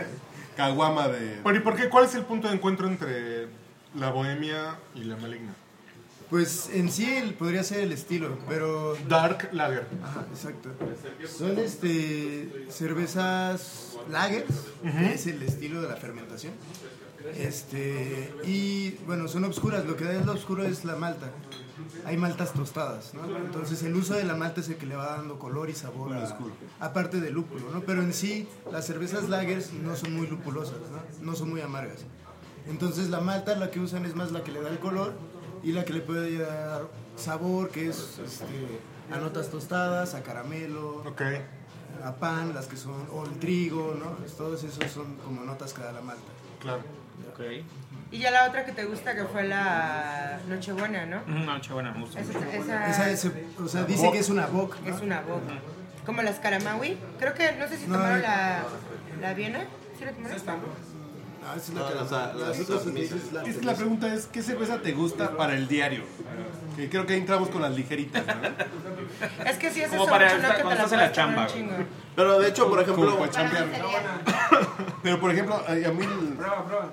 S8: caguama de.
S7: Pero ¿y por qué? ¿Cuál es el punto de encuentro entre la Bohemia y la Maligna?
S11: Pues en sí el- podría ser el estilo, pero
S7: Dark Lager.
S11: Ajá, exacto. Son este cervezas lagers, que es el estilo de la fermentación. Este, y bueno, son obscuras, lo que da es lo oscuro es la malta. Hay maltas tostadas, ¿no? Entonces el uso de la malta es el que le va dando color y sabor
S8: Lo
S11: a-
S8: oscuro.
S11: aparte del lúpulo, ¿no? Pero en sí las cervezas lagers no son muy lupulosas, ¿no? No son muy amargas. Entonces la malta la que usan es más la que le da el color y la que le puede dar sabor, que es este, a notas tostadas, a caramelo,
S7: Ok.
S11: a pan, las que son, o el trigo, ¿no? Pues, todos esos son como notas que da la malta.
S7: Claro.
S10: Y ya la otra que te gusta que fue la Nochebuena, ¿no?
S9: Noche buena, Mm, me gusta
S10: Esa-
S9: mucho.
S10: esa-
S11: Esa es- o sea, dice que es una boca.
S10: Es una boca. Como las Karamawi. Creo que, no sé si
S11: No,
S10: tomaron
S11: no.
S10: la, la Viena. ¿Sí la tomaron?
S11: Ah, esa es
S12: No,
S11: la que
S12: o sea, las
S11: las
S12: dos
S11: otras
S12: misas.
S11: dices la
S8: Es que la pregunta es, ¿qué cerveza te gusta para el diario? Que creo que ahí entramos con las ligeritas, ¿verdad?
S10: Es que sí, es
S8: Como
S10: eso,
S8: para
S10: mucho, ¿no?
S8: estar-
S10: que te
S8: cuando
S10: la
S8: estás en la
S10: puedes tomar un
S8: chamba,
S10: chingo.
S12: Pero de hecho, por ejemplo...
S8: Como para chambear. pues, Pero por ejemplo, eh, a a mí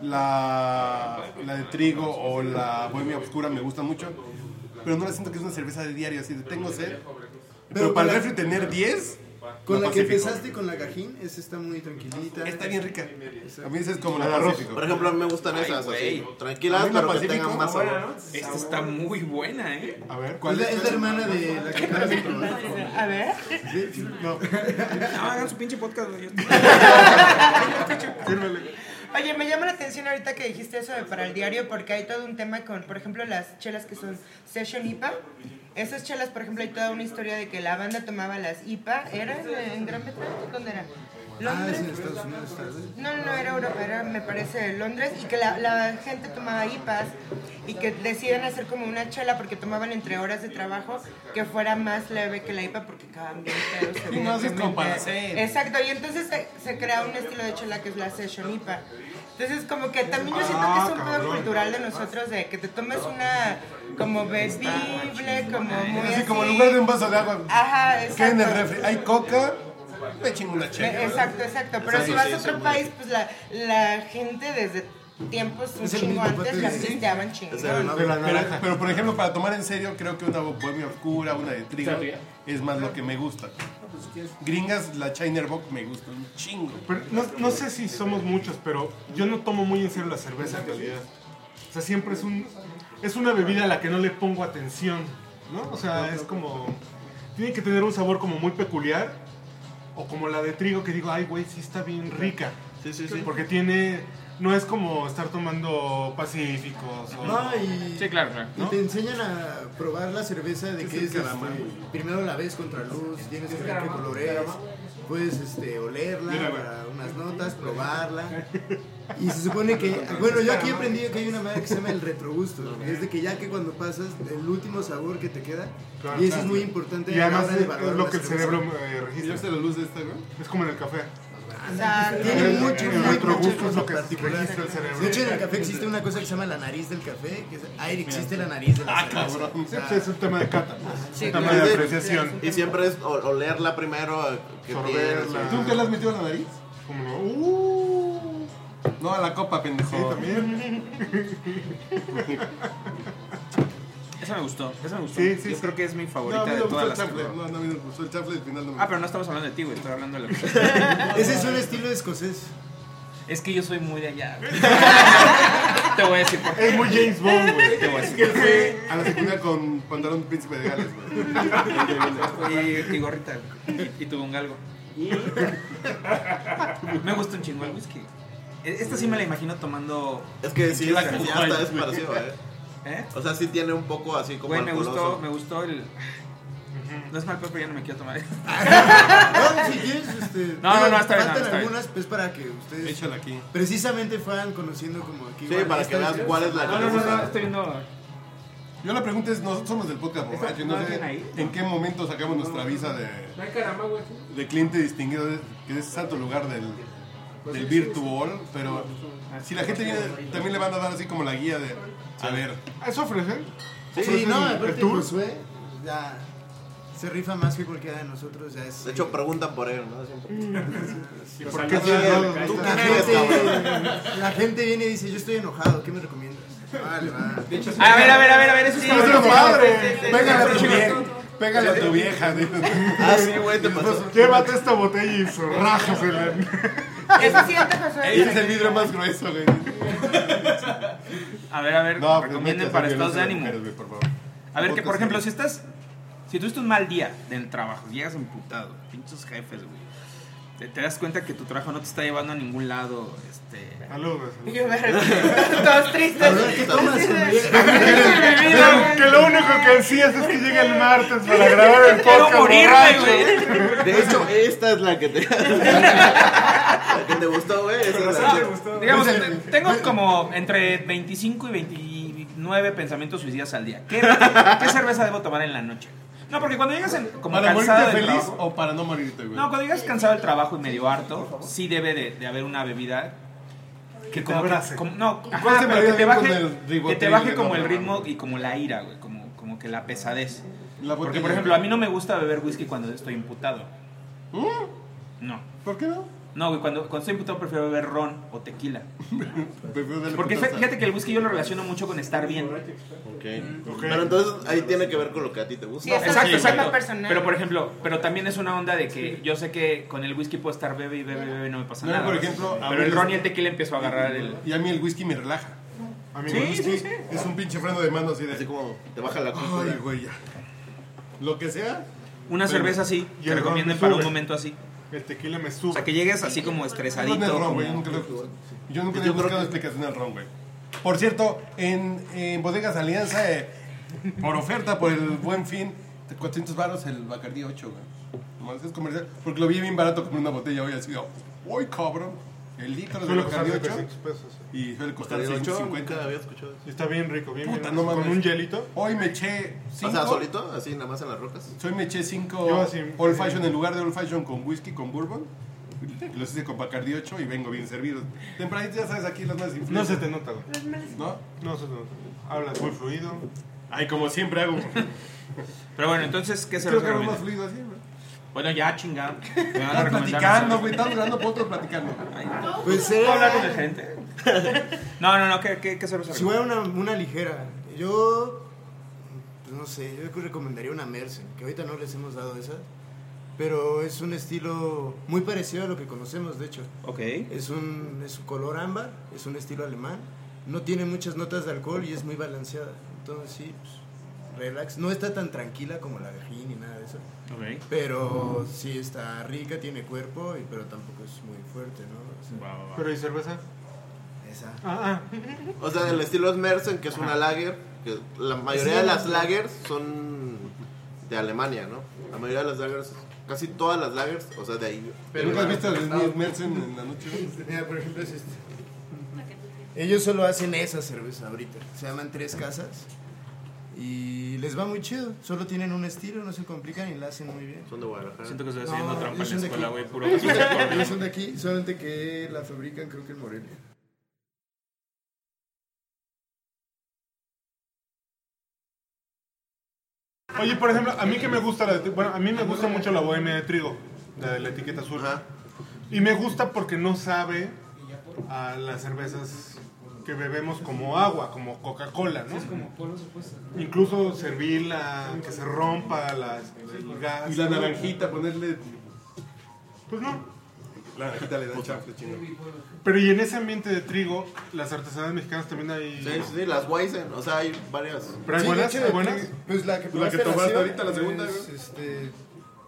S8: la, la de trigo o la bohemia oscura me gusta mucho, pero no la siento que es una cerveza de diario, así de tengo sed. Pero,
S11: con
S8: para el
S11: la-
S8: refri tener 10,
S11: Con la que
S8: Pacífico.
S11: empezaste con la gajín, esa está muy tranquilita.
S8: Está bien rica. A mí esa es como
S12: Como
S8: la
S12: la
S8: de
S12: arroz.
S8: Pacífico.
S12: Por ejemplo, a mí me gustan
S8: Ay,
S12: esas
S8: güey.
S12: así. Tranquilas, pero que tengan más sabor.
S9: Esta está muy buena, ¿eh?
S8: A ver,
S11: ¿cuál es? Es la- es la hermana de la que acabas de probar.
S10: A ver.
S11: No.
S9: No, hagan su pinche podcast, güey.
S10: Oye, me llama la atención ahorita que dijiste eso de para el diario, porque hay todo un tema con, por ejemplo, las chelas que son Session IPA. Esas chelas, por ejemplo, hay toda una historia de que la banda tomaba las IPA. ¿Era en- en Gran Bretaña? ¿Dónde era?
S11: Ah,
S10: ¿Londres?
S11: es en Estados Unidos, tal vez.
S10: No, no, no, era Europa, era, me parece, Londres, y que la, la gente tomaba IPAs y que deciden hacer como una chela porque tomaban entre horas de trabajo que fuera más leve que la IPA porque acababan bien pedos.
S8: Sí, no, eso es como para
S10: evidentemente.
S8: hacer.
S10: Exacto, y entonces se, se crea un estilo de chela que es la Session IPA. Entonces, como que también yo siento
S8: Ah,
S10: que es un pedo cultural de nosotros de que te tomes una como bebible, como muy
S8: Así
S10: así.
S8: como en lugar de un vaso de agua,
S10: Ajá,
S8: que en el
S10: exacto.
S8: refri hay coca, me chingo una chela.
S10: Eh, Exacto, exacto. Pero
S8: Exacto,
S10: si vas
S8: sí,
S10: a otro
S8: sí,
S10: país, pues la, la gente desde tiempos un
S8: Es el
S10: chingo
S8: mismo
S10: antes
S8: papel,
S10: la
S8: sí.
S10: pisteaban chingón.
S8: Pero- pero, pero, por ejemplo, para tomar en serio, creo que una bohemia oscura, una de trigo,
S7: Sangría.
S8: es más lo que me gusta. Gringas, la Chiner Bock me gusta un chingo.
S7: Pero no, no sé si somos muchos, pero yo no tomo muy en serio la cerveza en realidad. O sea, siempre es un es una bebida a la que no le pongo atención, ¿no? O sea, es como tiene que tener un sabor como muy peculiar o como la de trigo que digo, "Ay, güey, sí está bien rica."
S12: Sí, sí, sí.
S7: Porque tiene no es como estar tomando pacíficos o
S11: No, y,
S9: Sí, claro, claro.
S11: y te enseñan a probar la cerveza de
S7: ¿Qué
S11: que
S7: es el
S11: es, este,
S7: calamar?
S11: primero la ves contra luz, tienes que ver qué
S7: calamar?
S11: color es, puedes este, olerla,
S7: Mira, güey.
S11: para unas notas, probarla. Y se supone que, bueno, yo
S8: Ah,
S11: aquí he aprendido que hay una manera que se llama el retrogusto, que es de que ya que cuando pasas, el último sabor que te queda,
S7: Claro,
S11: y eso
S7: claro.
S11: es muy importante.
S7: Y
S11: a la
S7: además
S11: hora
S7: es,
S11: de
S7: es
S11: valorar
S7: lo
S11: la
S7: que el
S11: cerveza.
S7: cerebro eh, registra.
S8: ¿Ya la luz de esta,
S7: Es como en el café.
S8: Ah,
S10: Exacto.
S11: Tiene
S7: El-
S11: mucho,
S7: el
S11: muy
S7: retrogusto
S11: mucha
S7: es lo
S11: cosa
S7: que
S11: particular.
S7: registra el cerebro.
S11: De hecho, en el café existe una cosa que se llama la nariz del café, que es, ah, existe la nariz de la
S7: Ah,
S11: cerveza.
S7: cabrón.
S11: O sea,
S7: Sí, es un tema de cata. pues.
S11: Sí,
S7: un tema
S11: claro.
S7: de
S11: Sí,
S7: apreciación.
S12: Y siempre es o- olerla primero. eh, Que
S7: Sorberla.
S8: ¿Tú te la has metido en la nariz?
S7: Como no. Uh.
S8: No, a la copa, pendejo.
S7: Sí, también.
S9: Esa me gustó, esa me gustó.
S8: Sí, sí,
S9: Yo
S8: sí.
S9: creo que es mi
S8: No, a
S9: favorita
S8: mí
S9: de
S8: me gustó
S9: todas
S8: el
S9: las que
S8: chanfle.
S9: probé.
S8: No, no, a mí me gustó el chanfle al final. No me
S9: Ah, pero no estamos hablando de ti, güey, estoy hablando de la
S11: Ese es un estilo escocés.
S9: Es que yo soy muy de allá. güey. Te voy a decir por qué.
S7: Es muy James Bond, güey.
S9: Te voy a decir.
S8: Yo fui a la secundaria con pantalón príncipe de Gales,
S9: Y, y gorrita. güey. Y tuvo un galgo. Me gusta un chingo el whisky. E- Esta sí me la imagino tomando.
S12: Es que sí,
S9: la
S12: la que ya está desparecido, ¿eh?
S9: ¿Eh?
S12: O sea, sí tiene un poco así como
S9: Güey, me gustó,
S12: alcoholoso.
S9: me gustó el. No es mal peor, pero ya no me quiero tomar.
S11: No, si quieres, este,
S9: No, no,
S11: digo,
S9: no, está bien, no,
S11: faltan
S9: está bien.
S11: algunas, pues para que ustedes
S8: Échala aquí.
S11: precisamente fueran conociendo como aquí.
S12: Sí,
S11: bueno,
S12: para
S11: esta
S12: que veas cuál es la
S9: No, no, no, no, estoy viendo.
S8: Yo la pregunta es, nosotros somos del podcast
S9: ¿Esta-
S8: borracho,
S9: no
S8: no
S9: tiene
S8: sé
S9: ahí?
S8: en qué momento sacamos nuestra visa de,
S14: No hay caramba, güey.
S8: de cliente distinguido, de- que es santo lugar del, del virtual, pero si la gente viene, también le van a dar así como la guía de, a ver,
S7: ¿Eso ofrecen?
S11: Sí,
S7: ¿Ofrecen
S11: no,
S7: el
S11: aparte
S7: tour?
S11: Josué ya se rifa más que cualquiera de nosotros. Ya es,
S12: De hecho, preguntan por él, ¿no? Siempre. pues
S7: ¿Y
S12: O
S7: por
S12: sea,
S7: qué
S12: ¿tú
S7: te-
S12: qué-
S7: te-
S12: ¿Tú
S11: la,
S12: qué eres, cabrón?
S11: gente, la gente viene y dice, yo estoy enojado, ¿qué me recomiendas? Vale, va.
S9: A ver, a ver, a ver, a ver, eso
S8: Sí,
S9: está
S8: eso
S9: bueno.
S8: es padre.
S9: Sí, sí, sí,
S8: Pégale
S9: sí,
S8: a tu
S9: sí,
S8: vieja.
S9: sí.
S8: Pégale a tu vieja.
S12: Ah, sí, güey, te
S7: Pues,
S12: pasó.
S7: llévate esta botella y rájasela.
S10: Eso siento, Josué.
S8: Ese es el vidrio más grueso, güey.
S9: A ver, a ver,
S8: No, pues,
S9: recomienden
S8: métete,
S9: para
S8: violencia
S9: estados de
S8: de
S9: ánimo.
S8: mujeres, güey, por favor.
S9: A ver, que por
S8: Podcast,
S9: ejemplo,
S8: güey.
S9: si estás. Si tuviste un mal día del trabajo, llegas emputado, pinches jefes, güey. Te, te das cuenta que tu trabajo no te está llevando a ningún lado, este.
S7: Saludos.
S10: Y yo, Todos tristes.
S11: Ahora, ¿qué tomas,
S10: Sí,
S11: hombre?
S10: sí, sí, sí, sí.
S7: Que lo único que hacías es que llega el martes para grabar el podcast.
S9: ¡Quiero morirme,
S7: borracho.
S9: güey!
S12: De hecho, esta es la que te. la que te gustó, güey. eso
S9: Con
S12: es la
S9: razón.
S12: chida.
S9: Ah, Digamos,
S12: Esa es la-
S9: tengo como entre 25 y 29 pensamientos suicidas al día. ¿Qué, qué cerveza debo tomar en la noche? No, porque cuando llegas en- como
S8: ¿Para
S9: cansado
S8: morirte
S9: del
S8: feliz
S9: trabajo-
S8: o para no morirte, güey?
S9: No, cuando llegas cansado del trabajo y medio harto, sí debe de, de haber una bebida que como que- como- no,
S8: ¿Cuál
S9: ajá,
S8: se
S9: pero que
S8: me
S9: te
S8: va
S9: baje,
S8: bien con el ribotril
S9: que te baje
S8: de
S9: como el
S8: Coca-Cola?
S9: ritmo y como la ira, güey, como, como que la pesadez. Porque,
S8: botella.
S9: por ejemplo, a mí no me gusta beber whisky cuando estoy imputado.
S8: ¿Mm?
S9: No.
S8: ¿Por qué no?
S9: No, güey, cuando, cuando estoy imputado prefiero beber ron o tequila.
S8: Prefiero darle
S9: Porque
S8: putazo.
S9: fe- fíjate que el whisky yo lo relaciono mucho con estar bien.
S12: Ok. Pero entonces ahí tiene que ver con lo que a ti te gusta.
S10: Sí, esa es
S9: exacto,
S10: tu
S9: exacto.
S10: forma personal.
S9: Pero por ejemplo, pero también es una onda de que yo sé que con el whisky puedo estar bebe y bebe y bebe y no me pasa
S8: No,
S9: nada.
S8: por ejemplo, a
S9: pero
S8: ver,
S9: el ron y el tequila empiezo a agarrar el
S8: Y a mí el whisky me relaja. A mí
S9: Sí,
S8: el whisky
S9: sí, sí.
S8: es un pinche freno de mano así de. Así
S12: como te baja la
S8: Ay,
S12: cúpula.
S8: güey, ya. Lo que sea.
S9: una
S8: Pero-
S9: cerveza así,
S8: Y
S9: te
S8: el ron
S9: recomiendo
S8: me
S9: para un
S8: sube.
S9: momento así.
S7: El tequila me sube.
S9: O sea, que llegues así como
S8: No es
S9: estresadito.
S8: el ron,
S9: como-
S8: güey. Yo nunca, lo- yo nunca le he buscado explicación al ron, güey. Por cierto, en, en Bodegas Alianza, eh, por oferta, por el buen fin, de 400 baros el Bacardí 8, güey. Nomás es comercial. Porque lo vi bien barato comprar una botella hoy así. oh, ¡Uy, cabrón! El litro de
S7: Suele costar
S8: Bacardí 8.
S7: 300 pesos.
S8: Y suele costar
S12: Bacardí 8,
S8: 150.
S12: nunca había escuchado eso.
S7: Y está bien rico, bien
S8: Puta,
S7: bien.
S8: no mames.
S7: Con un hielito.
S8: Hoy me eché
S12: O
S8: cinco.
S12: sea, solito, así nada más en las rocas.
S8: Hoy me eché cinco
S12: Yo
S7: eh,
S12: así-
S8: old fashion en lugar de old fashion con whisky, con bourbon. Los hice con Bacardi 8 y vengo bien servido. Tempranito, ya sabes, aquí las más influencias.
S7: No se te nota, güey.
S8: ¿No?
S7: No se te nota. Hablas muy fluido.
S8: Ay, como siempre hago.
S9: Pero bueno, entonces, ¿qué se
S8: Creo que hago más
S9: recomienda?
S8: fluido así, güey.
S9: Bueno, ya chingado.
S8: Estás platicando, güey. Estamos hablando por otro platicando.
S11: Pues
S7: eh,
S9: ¿Puedo
S11: era-
S9: hablar con el gerente? No, no, no, ¿qué, qué, qué cerveza
S11: Si fuera una, una ligera, yo. pues no sé, yo creo que recomendaría una Mersen, que ahorita no les hemos dado esa. Pero es un estilo muy parecido a lo que conocemos, de hecho.
S9: Ok.
S11: Es un, es un color ámbar, es un estilo alemán. No tiene muchas notas de alcohol y es muy balanceada. Entonces, sí, pues, relax. No está tan tranquila como la Gin ni nada de eso.
S9: Ok.
S11: Pero sí está rica, tiene cuerpo, y, pero tampoco es muy fuerte, ¿no? O sea,
S7: Pero ¿y cerveza?
S11: Esa.
S7: Ah,
S12: O sea, el estilo es Mersen, que es una lager. Que la mayoría de las lagers son de Alemania, ¿no? La mayoría de las lagers, casi todas las lagers, o sea, de ahí.
S8: ¿Nunca has visto a Smith Mersen en la noche?
S11: Mira, por ejemplo, es este. Ellos solo hacen esa cerveza pues, ahorita. Se llaman Tres Casas. Y les va muy chido. Solo tienen un estilo, no se complican y la hacen muy bien.
S12: Son de Guadalajara.
S9: Siento que estoy haciendo
S11: No,
S9: trampa
S11: ellos
S9: en
S11: son
S9: la
S11: de
S9: escuela,
S11: aquí.
S9: güey. Puro
S11: Ellos son de aquí, ellos son de aquí, solamente que la fabrican creo que en Morelia.
S7: Oye, por ejemplo, a mí que me gusta la de, tri- bueno, a mí
S11: Ah,
S7: me gusta mucho la bohemia de trigo, la de la etiqueta azul. Y me gusta porque no sabe a las cervezas que bebemos como agua, como Coca-Cola, ¿no? Incluso servirla, que se rompa la, el gas.
S8: Y la naranjita, ponerle.
S7: Pues no.
S8: La naranjita le da chanfle, chingón.
S7: Pero y en ese ambiente de trigo, las artesanas mexicanas también hay.
S12: Sí, sí, las Weizen, o sea, hay varias.
S7: Pero hay
S11: Sí, de
S7: buenas,
S11: hecho,
S7: hay buenas.
S11: Pues la que,
S12: La
S11: probaste
S12: que tomaste
S11: Sion,
S12: ahorita, la segunda,
S11: es,
S12: güey.
S11: este,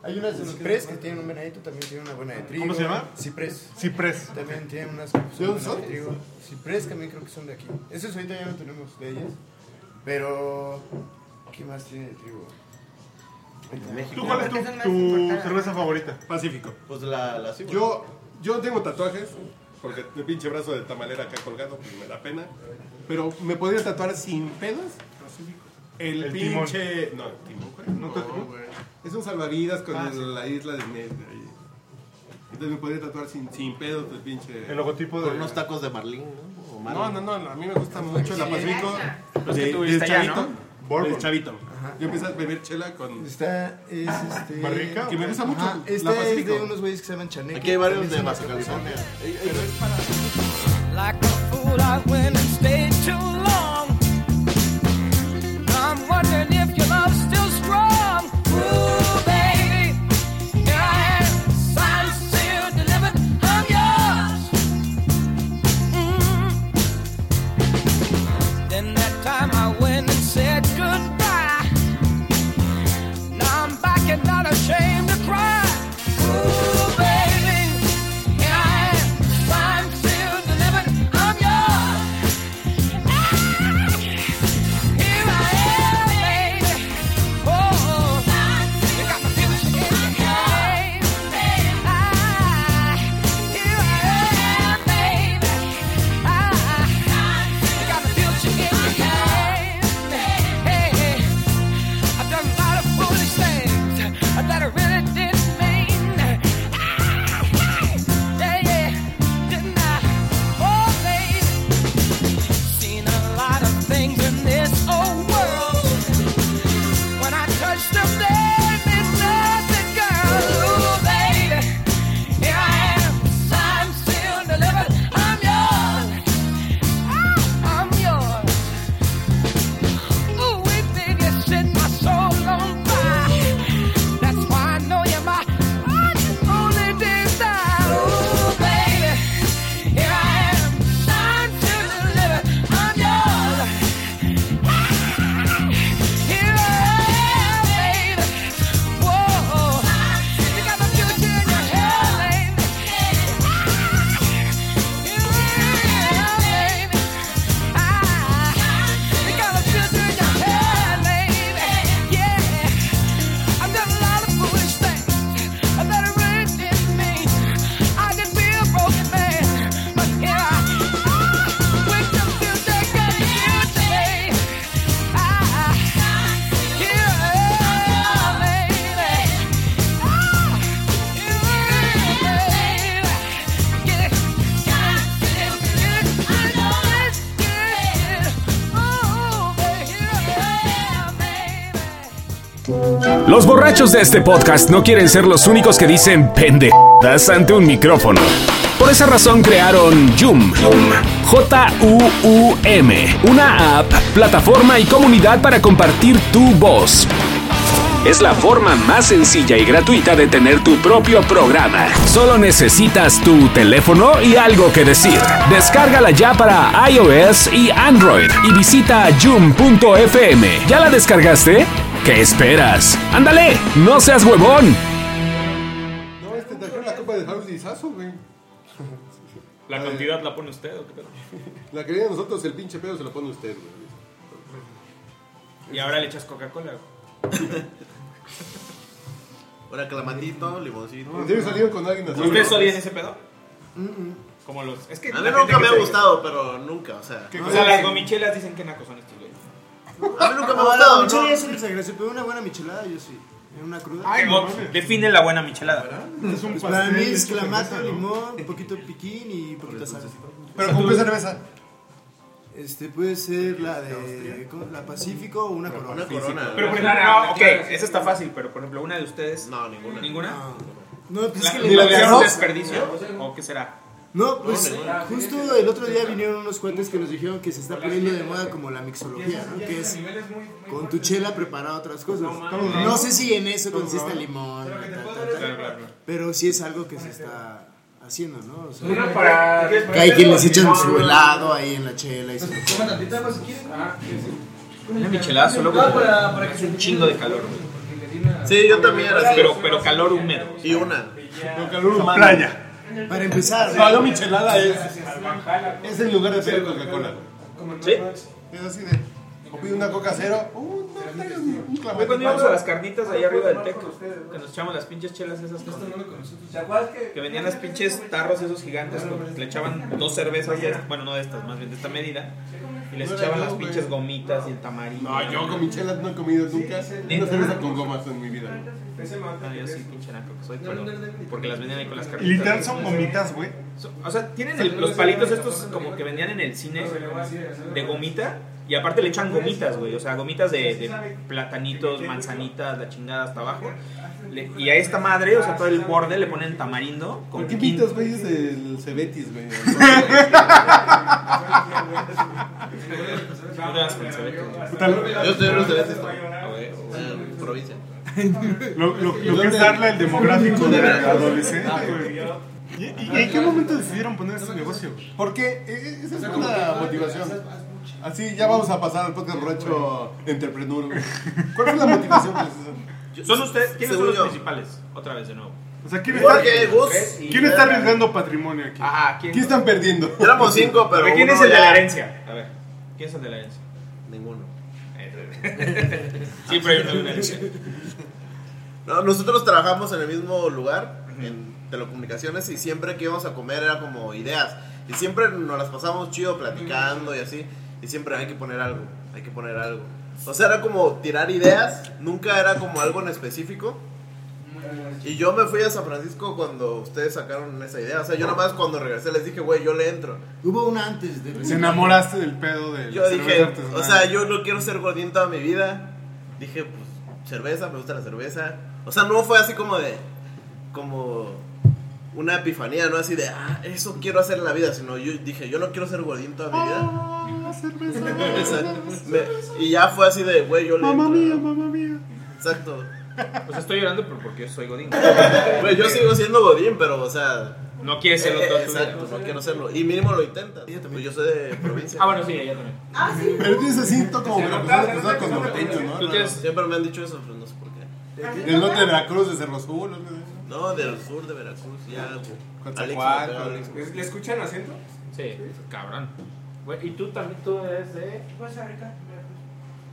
S11: hay unas de Ciprés que tienen un venadito, también tienen una buena de trigo.
S7: ¿Cómo se llama?
S11: Ciprés.
S7: Ciprés.
S11: También tienen unas que
S7: ¿De dónde
S11: son buenas de
S7: son?
S11: trigo. Ciprés también creo que son de aquí. Esas ahorita ya no tenemos de ellas. Pero, ¿qué más tiene de trigo?
S7: ¿Tú cuál es tu, tu cerveza favorita?
S8: Pacífico.
S12: Pues la, la sí, güey.
S8: Yo, yo tengo tatuajes, porque el pinche brazo de tamalera acá colgado, pues me da pena. Pero me podría tatuar sin pedos el,
S7: El timón.
S8: pinche. No, el timón, güey. No,
S7: te- no?
S8: güey. Es un salvavidas con
S7: Ah,
S8: el-
S7: sí.
S8: la isla de Ned. ahí. Entonces me podría tatuar sin, sin pedos el pinche.
S7: El logotipo de.
S12: Con unos tacos de Marlín, ¿no? O
S8: No,
S12: Marlin.
S8: no, no, a mí me gusta mucho la Pacífico.
S9: Los que
S8: de-
S9: tuviste
S8: del
S9: allá,
S8: chavito.
S9: ¿no?
S7: Bourbon.
S8: Del chavito. Yo empecé a beber chela con.
S11: Esta es este.
S8: ¿Barrica? Que me gusta mucho,
S11: Ajá,
S8: la
S11: Esta es
S8: Pacífico.
S11: de unos güeyes que se llaman Chaneque.
S12: Aquí hay varios
S11: También
S12: de
S11: son
S12: Baja
S11: artesanas.
S12: California. Ey, ey,
S1: Like a fool, I went and stayed too long. I'm wondering if your love's still strong. Ooh, baby, here I am, signed, sealed, delivered. I'm yours. Mm. Then that time I went and said goodbye. Now I'm back and not ashamed to cry. Ooh, baby, here I am. Signed, sealed, delivered. I'm yours. Here I am, baby. Oh, you got my future in your hand. I- Here I am, baby.
S8: Ah, Oh,
S1: Ah,
S2: Los borrachos de este podcast no quieren ser los únicos que dicen pendejadas ante un micrófono. Por esa razón crearon Joom, J-U-U-M, una app, plataforma y comunidad para compartir tu voz. Es la forma más sencilla y gratuita de tener tu propio programa. Solo necesitas tu teléfono y algo que decir. Descárgala ya para iOS y Android y visita joom.fm. ¿Ya la descargaste? ¿Qué esperas? ¡Ándale! ¡No seas huevón!
S8: No, este trajeron la copa de Harold Dizazo, güey.
S9: ¿La cantidad la pone usted o qué pedo?
S8: La querida de nosotros, el pinche pedo se lo pone usted, güey.
S9: Y ahora le echas Coca-Cola.
S12: Ahora clamatito, limoncito.
S8: Debe salir con alguien así.
S9: ¿Ustedes solían ese pedo? Como los. Es que
S12: pues, A mí
S9: la
S12: nunca
S9: gente
S12: me
S9: que
S12: ha
S9: se-
S12: gustado, pero nunca, o sea.
S9: O sea, las gomichelas dicen que nacos son estos güeyes.
S12: A mí nunca me ha
S11: No,
S12: gustado,
S11: la
S12: ¿no?
S11: michela ya es un exageración, pero una buena michelada yo sí. En una cruda.
S9: Como- define la buena michelada.
S11: Pues para mí es clamato, limón, un poquito de piquín y poquita sal.
S8: Pero ¿con qué cerveza?
S11: Este puede ser la de ¿cómo? la Pacífico o una corona.
S9: Pero
S11: pues,
S9: por ejemplo, no, ok, esa está fácil, pero por ejemplo, una de ustedes. No, ninguna. ¿Ninguna?
S11: No, pues
S9: ¿La-
S11: es que
S9: la-
S11: le
S9: la- ¿Es un
S11: agarró.
S9: desperdicio?
S12: pues,
S9: ¿O qué será?
S11: No, pues justo el otro día vinieron unos cuates que nos dijeron que se está poniendo de moda como la mixología, ¿no? Que es con tu chela preparar otras cosas. No sé si en eso consiste el limón, tal, tal, tal, pero sí es algo que se está haciendo, ¿no? O sea,
S14: Una para-
S11: que hay quienes echan su helado ahí en la chela y se lo comen.
S9: Una michelada solo como- es un chingo de calor. güey.
S12: Sí, yo también era así.
S11: pues,
S9: Pero, pero calor húmedo.
S12: Y una.
S8: Con calor humano.
S9: Playa. Ah,
S11: Para empezar,
S8: No, la michelada es. Es en lugar de pedir Coca-Cola.
S9: ¿Sí?
S8: Es así de. O pide una coca cero. Uh, no, traigas ni un
S9: Fue
S8: clamato.
S9: cuando íbamos a las carnitas allá arriba del TEC, que nos echamos las pinches chelas esas con... pues, Que pues, venían las pinches tarros esos gigantes, con- le echaban dos cervezas, de- bueno, no de estas, más bien de esta medida, y les echaban las pinches gomitas y el tamarindo.
S8: No, yo con michelas no he comido nunca una cerveza con gomas en mi vida.
S9: Ah, yo sí, pinche naco que soy, pero- porque las vendían ahí con las
S7: Y
S9: carnitas.
S7: literal son gomitas, güey.
S9: Son- O sea, tienen el- los palitos estos como que vendían en el cine de gomita. Y aparte le echan gomitas, güey. O sea, gomitas de, de platanitos, manzanitas, la chingada hasta abajo. Le- y a esta madre, o sea, todo el borde le ponen tamarindo. Con
S8: ¿Por qué
S9: piquín.
S8: pintas güeyes del Cebetis, güey?
S9: No te vas con el cebete, güey.
S12: Yo estoy en los celestes.
S9: Ah, güey, o-
S12: En provincia.
S7: Lo, lo- lo que es darle el demográfico de adolescente,
S8: ah,
S7: güey. ¿Y, y- y en qué momento decidieron poner este negocio?
S8: Porque eh, esa es una motivación. Así ya vamos a pasar al podcast borracho entrepreneur. güey. ¿Cuál fue la motivación?
S9: Son ustedes, ¿quiénes son
S12: Según
S9: los
S12: yo.
S9: principales? Otra vez de nuevo.
S7: O sea, ¿quién está,
S12: Jorge, Gus.
S7: quién está arriesgando patrimonio aquí?
S12: Ah.
S9: Ajá, ¿quién?
S8: ¿Qué están perdiendo?
S12: Éramos cinco,
S9: A
S12: pero.
S9: ver, ¿quién
S12: uno
S9: es el de
S12: ya-
S9: la herencia? A ver, ¿quién es el de la herencia?
S12: Ninguno.
S9: Siempre hay uno de una herencia.
S12: No, nosotros trabajamos en el mismo lugar, en telecomunicaciones, y siempre que íbamos a comer era como ideas. Y siempre nos las pasamos chido platicando y así. Y siempre hay que poner algo, hay que poner algo. O sea, era como tirar ideas, nunca era como algo en específico. Y yo me fui a San Francisco cuando ustedes sacaron esa idea. O sea, yo nomás cuando regresé les dije, güey, yo le entro.
S11: Hubo una antes de
S7: Se enamoraste del pedo de la
S12: Yo
S7: cerveza pues,
S12: dije,
S7: artesanal.
S12: o sea, yo no quiero ser gordín toda mi vida. Dije, pues, cerveza, me gusta la cerveza. O sea, no fue así como de, como una epifanía, no así de, ah, eso quiero hacer en la vida, sino yo dije, yo no quiero ser gordín toda mi vida.
S7: Ah, cerveza.
S12: Exacto. Me- y ya fue así de, güey, yo le.
S7: Mamá
S12: entro".
S7: mía, mamá mía.
S12: Exacto.
S9: Pues estoy llorando pero porque yo soy godín.
S12: Güey, yo sigo siendo godín, pero, o sea,
S9: No quieres serlo
S12: eh,
S9: todo tu vida.
S12: exacto, no quiero serlo. Y mínimo lo intentas. Pues yo soy de provincia.
S9: Ah, bueno, sí, ella también.
S8: Pero tienes ese cinto como que
S7: pues
S8: lo empezaron a pensar con norteños, ¿no?
S9: Tú tienes.
S12: Siempre me han dicho eso, pero no sé por qué.
S8: Del norte de Veracruz, de Cerro Azul. ¿no?
S12: No, del sur de Veracruz, ya. güey.
S8: Coatzacoalcos.
S12: Alex, Alex.
S14: ¿Le le escuchan acento?
S9: Sí, cabrón. Güey, y tú también, tú eres de.
S14: Costa Rica.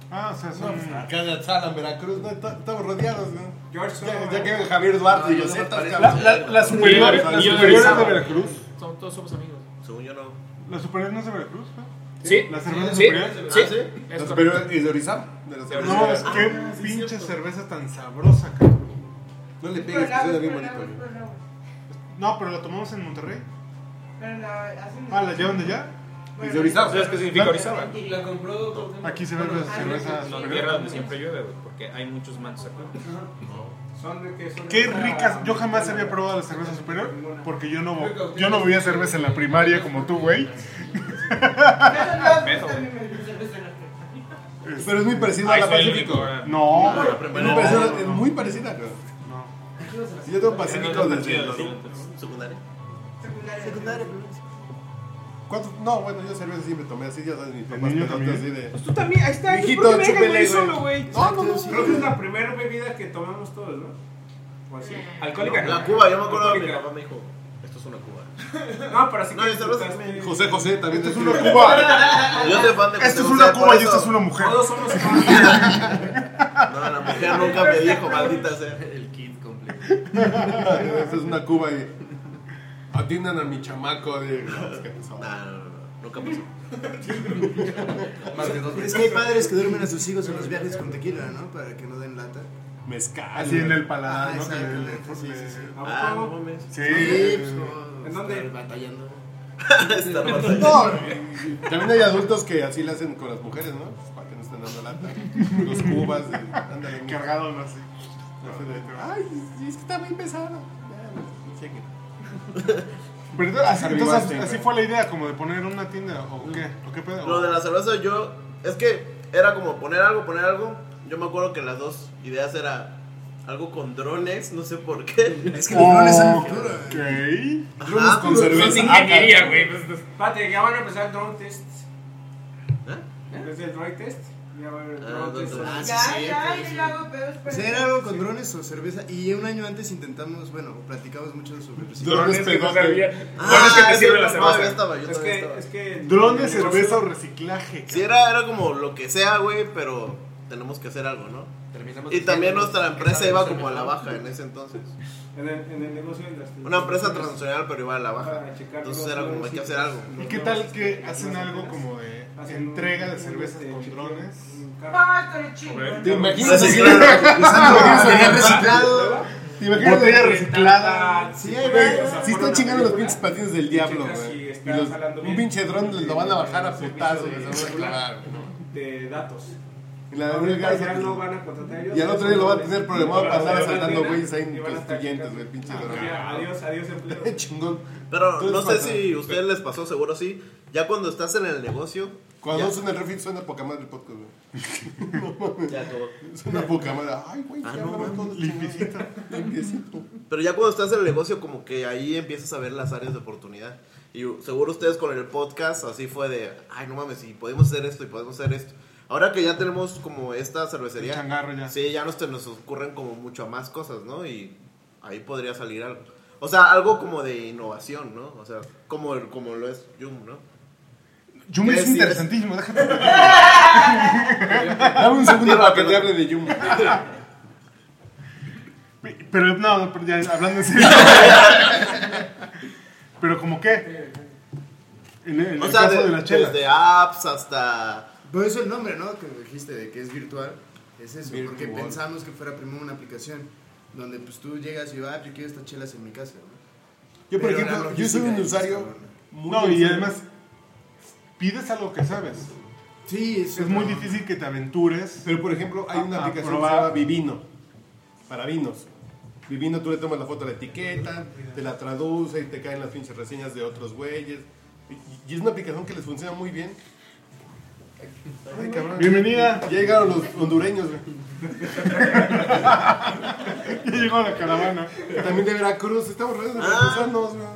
S7: Ah, o sea, son...
S8: Acá de Atzala, en Veracruz, ¿no? Está- estamos rodeados, ¿no?
S14: George
S8: Ya,
S14: Soros.
S8: ya que Javier Duarte y
S12: No, yo
S8: yo
S12: no
S8: sé,
S12: me parezco.
S8: estás cabrón.
S7: Las superiores,
S8: yo-
S7: las
S8: yo-
S7: superiores de Veracruz.
S9: todos somos amigos.
S12: Según yo no.
S7: ¿Las superiores no es de Veracruz? güey?
S9: Sí.
S7: ¿Las cervezas
S9: sí.
S7: superiores?
S9: Sí.
S12: Ah, ¿sí?
S9: Es
S8: Los
S9: correcto.
S8: superiores- y de Orizaba, de los superiores.
S7: No, es que
S9: Ah,
S7: pinche cerveza tan sabrosa, cabrón.
S8: No le pegues, que suena bien bonito. güey.
S7: No, pero la tomamos en Monterrey. Ah, ¿la llevan de allá? Desde Orizaba.
S9: ¿Sabes qué significa Orizaba?
S7: La compró otro tema. Aquí se ve la cerveza
S9: No,
S7: superior.
S9: tierra donde siempre llueve, güey, porque hay muchos mantos acá.
S14: Son de que son
S7: Qué ricas. Yo jamás había probado la cerveza superior porque yo no, yo no bebía cerveza en la primaria como tú, güey.
S8: Pero es muy parecida a la Pacífico.
S7: No,
S8: Es muy parecida- es muy parecida. güey. Sí, Yo tengo Pacífico desde los
S12: secundaria.
S8: Secundaria. ¿Cuánto? No, bueno, yo cerveza siempre tomé así, ya sabes, mi papá
S7: niño
S8: pelotas así de.
S14: Tú también, ahí está.
S8: Mijito,
S14: yo creo que me dejan
S8: chúpele,
S14: muy
S8: güey.
S14: solo, güey.
S8: No, no, no.
S14: Creo que es la primera bebida que tomamos todos, ¿no? O así.
S9: Eh.
S12: Alcohólica. La Cuba, yo me acuerdo que mi papá me dijo, esto es una Cuba.
S14: No, pero así
S12: No,
S14: que
S12: yo solo-
S14: disfrutaste.
S8: José José también.
S7: Esto es
S8: una
S7: Cuba.
S12: Yo soy fan de José
S7: Ah, Esto es
S12: José,
S7: una
S12: por
S7: Cuba y
S12: eso-
S7: esto es una mujer.
S14: Todos somos fans.
S12: No, la mujer nunca me dijo, maldita sea.
S13: El kit completo.
S8: Esta es una Cuba y. Atiendan a mi chamaco de. No, es que pasó.
S12: Nunca pasó.
S11: Es que hay padres que duermen a sus hijos en los viajes con tequila, ¿no? Para que no den lata.
S8: Mezcal.
S7: Así en el paladar,
S11: Ajá,
S7: Ah, ¿no? Que le- le-
S11: exactamente, Ah, sí, sí, pues, sí.
S12: Ah, no mames.
S7: Sí.
S12: ¿En
S14: dónde?
S12: Batallando.
S8: No, también hay adultos que así le hacen con las mujeres, ¿no? Pues, Para que no estén dando lata. Los cubas, de, ándale. mija.
S7: Cargado, no sé.
S8: Así de, Ay, es que está muy pesado. Chequen.
S7: Pero entonces, así,
S8: Arriba,
S7: entonces,
S8: sí,
S7: así
S8: pero-
S7: fue la idea, como de poner una tienda, ¿o qué? ¿O qué pedo?
S12: Lo de la cerveza yo es que era como poner algo, poner algo. Yo me acuerdo que las dos ideas era algo con drones, no sé por qué.
S11: Es que los drones son el futuro.
S7: Ok.
S12: Drones con cerveza.
S14: Es ingeniería, güey. Pues, pues, Pate, ya van a empezar el drone test. ¿Eh? Desde el drone test. Ya va a haber
S12: Ah,
S14: drone test.
S12: doctor.
S10: Ya, ya, yo lo hago pedos, pero-
S11: Será algo con drones o cerveza. Y un año antes intentamos, bueno, platicamos mucho sobre
S8: Drones
S14: que no
S8: pedote.
S14: servían.
S12: Ah,
S14: Drones que te
S12: sí,
S14: sirven la
S12: no,
S14: cerveza.
S12: yo estaba, yo
S14: Es
S12: todavía
S14: que,
S12: estaba.
S14: es que.
S7: Dron de
S14: el negocio-
S7: cerveza o reciclaje.
S12: Sí, era, era como lo que sea, güey, pero tenemos que hacer algo, ¿no?
S13: Terminamos
S12: Y también
S13: diciendo
S12: nuestra
S13: que
S12: empresa
S13: sabe
S12: iba
S13: ser
S12: como a la
S13: mejor.
S12: baja en ese entonces.
S14: En el, en el negocio industrial.
S12: Una empresa transnacional, pero iba a la baja.
S14: Para checar
S12: Entonces
S14: los
S12: era como,
S14: nuevos
S12: hay que hacer
S14: sitios,
S12: algo.
S14: los
S7: ¿Y qué
S14: nuevos
S7: tal que
S14: sitios,
S7: hacen
S14: las
S7: algo
S14: nuevas
S7: como de
S14: maneras? Hacen
S7: entrega
S14: un-
S7: de
S14: un
S7: cervezas
S14: este,
S7: con
S14: chequeo,
S7: drones?
S14: un carro.
S10: Ah, estaría chido.
S8: ¿Te imaginas
S12: Sí,
S8: así?
S12: claro.
S8: Usando
S11: Material
S8: drones para-
S11: reciclado.
S8: ¿Te imaginas?
S7: Botella
S8: de-
S7: reciclada.
S8: Sí,
S14: güey,
S8: güey.
S14: o sea,
S8: Sí
S14: fueron
S8: están
S14: a
S8: chingando los
S14: película,
S8: pinches patines del diablo,
S14: checas y
S8: güey. Y
S14: estás
S8: los-
S14: jalando
S8: Un
S14: bien.
S8: pinche dron lo van a bajar a
S14: Servicio
S8: putazos,
S14: de-
S8: güey. Se van a clavar, güey.
S14: De datos.
S8: Y la
S14: Ahorita
S8: verga,
S14: ya
S8: güey.
S14: no van a contratar ellos.
S8: Y al otro día lo va a tener problemado
S14: Ahora
S8: pasar
S14: le van a
S8: asaltando
S14: tener-
S8: güeyes ahí en
S14: y van a estar
S8: constituyentes,
S14: checando.
S8: güey, pinche
S14: Ah,
S8: dron.
S14: ya, Adiós, adiós empleo.
S8: Chingón.
S12: Pero
S8: Tú
S12: no sé
S8: eres
S12: si a ustedes les pasó, seguro sí. Ya cuando estás en el negocio.
S8: Cuando
S12: ya-
S8: suena el refil suena poca madre el podcast, güey.
S12: ya acabó.
S8: Suena poca madre. Ay, güey, ya
S12: Ah, no,
S8: hablamos todos limpiecito. Limpiecito.
S12: Pero ya cuando estás en el negocio, como que ahí empiezas a ver las áreas de oportunidad. Y seguro ustedes con el podcast así fue de, ay, no mames, si podemos hacer esto y podemos hacer esto. Ahora que ya tenemos como esta cervecería,
S7: El changarro ya.
S12: sí, ya nos, te- nos ocurren como mucho más cosas, ¿no? Y ahí podría salir algo. O sea, algo como de innovación, ¿no? O sea, como, como lo es Yum, ¿no?
S7: Yumi es
S12: Sí, sí,
S7: interesantísimo, déjate.
S8: Dame un segundo para que te hable de Yum.
S7: Pero no, pero ya hablando en serio. pero como qué? En el, en
S12: O
S7: el
S12: sea,
S7: caso
S12: de-
S7: de, la chela.
S12: desde apps hasta...
S11: Por eso el nombre, ¿no? Que dijiste de que es virtual, es eso, porque
S8: Virtual.
S11: pensamos que fuera primero una aplicación donde pues tú llegas y vas, ah, yo quiero estas chelas en mi casa, ¿no?
S8: Yo, por
S11: Pero la
S8: ejemplo, yo
S11: logística
S8: soy un
S11: es
S8: usuario.
S11: cabrona.
S8: muy
S7: No, y
S8: usuario-
S7: además, pides algo que sabes.
S11: Sí, eso,
S7: Es muy
S11: ¿no?
S7: difícil que te aventures.
S8: Pero por ejemplo, hay
S14: Ah,
S8: una
S7: A- a
S8: aplicación que se
S7: probar.
S8: llama Vivino. Para vinos. Vivino tú le tomas la foto a la etiqueta, te la traduce y te caen las pinches reseñas de otros güeyes. Y- Y es una aplicación que les funciona muy bien. Ay, cabrón.
S7: Bienvenida.
S8: Ya llegaron los hondureños, güey.
S7: Ya llegó la caravana.
S8: También de Veracruz, estamos rodeados de
S12: Ah.
S8: veracruzanos, güey.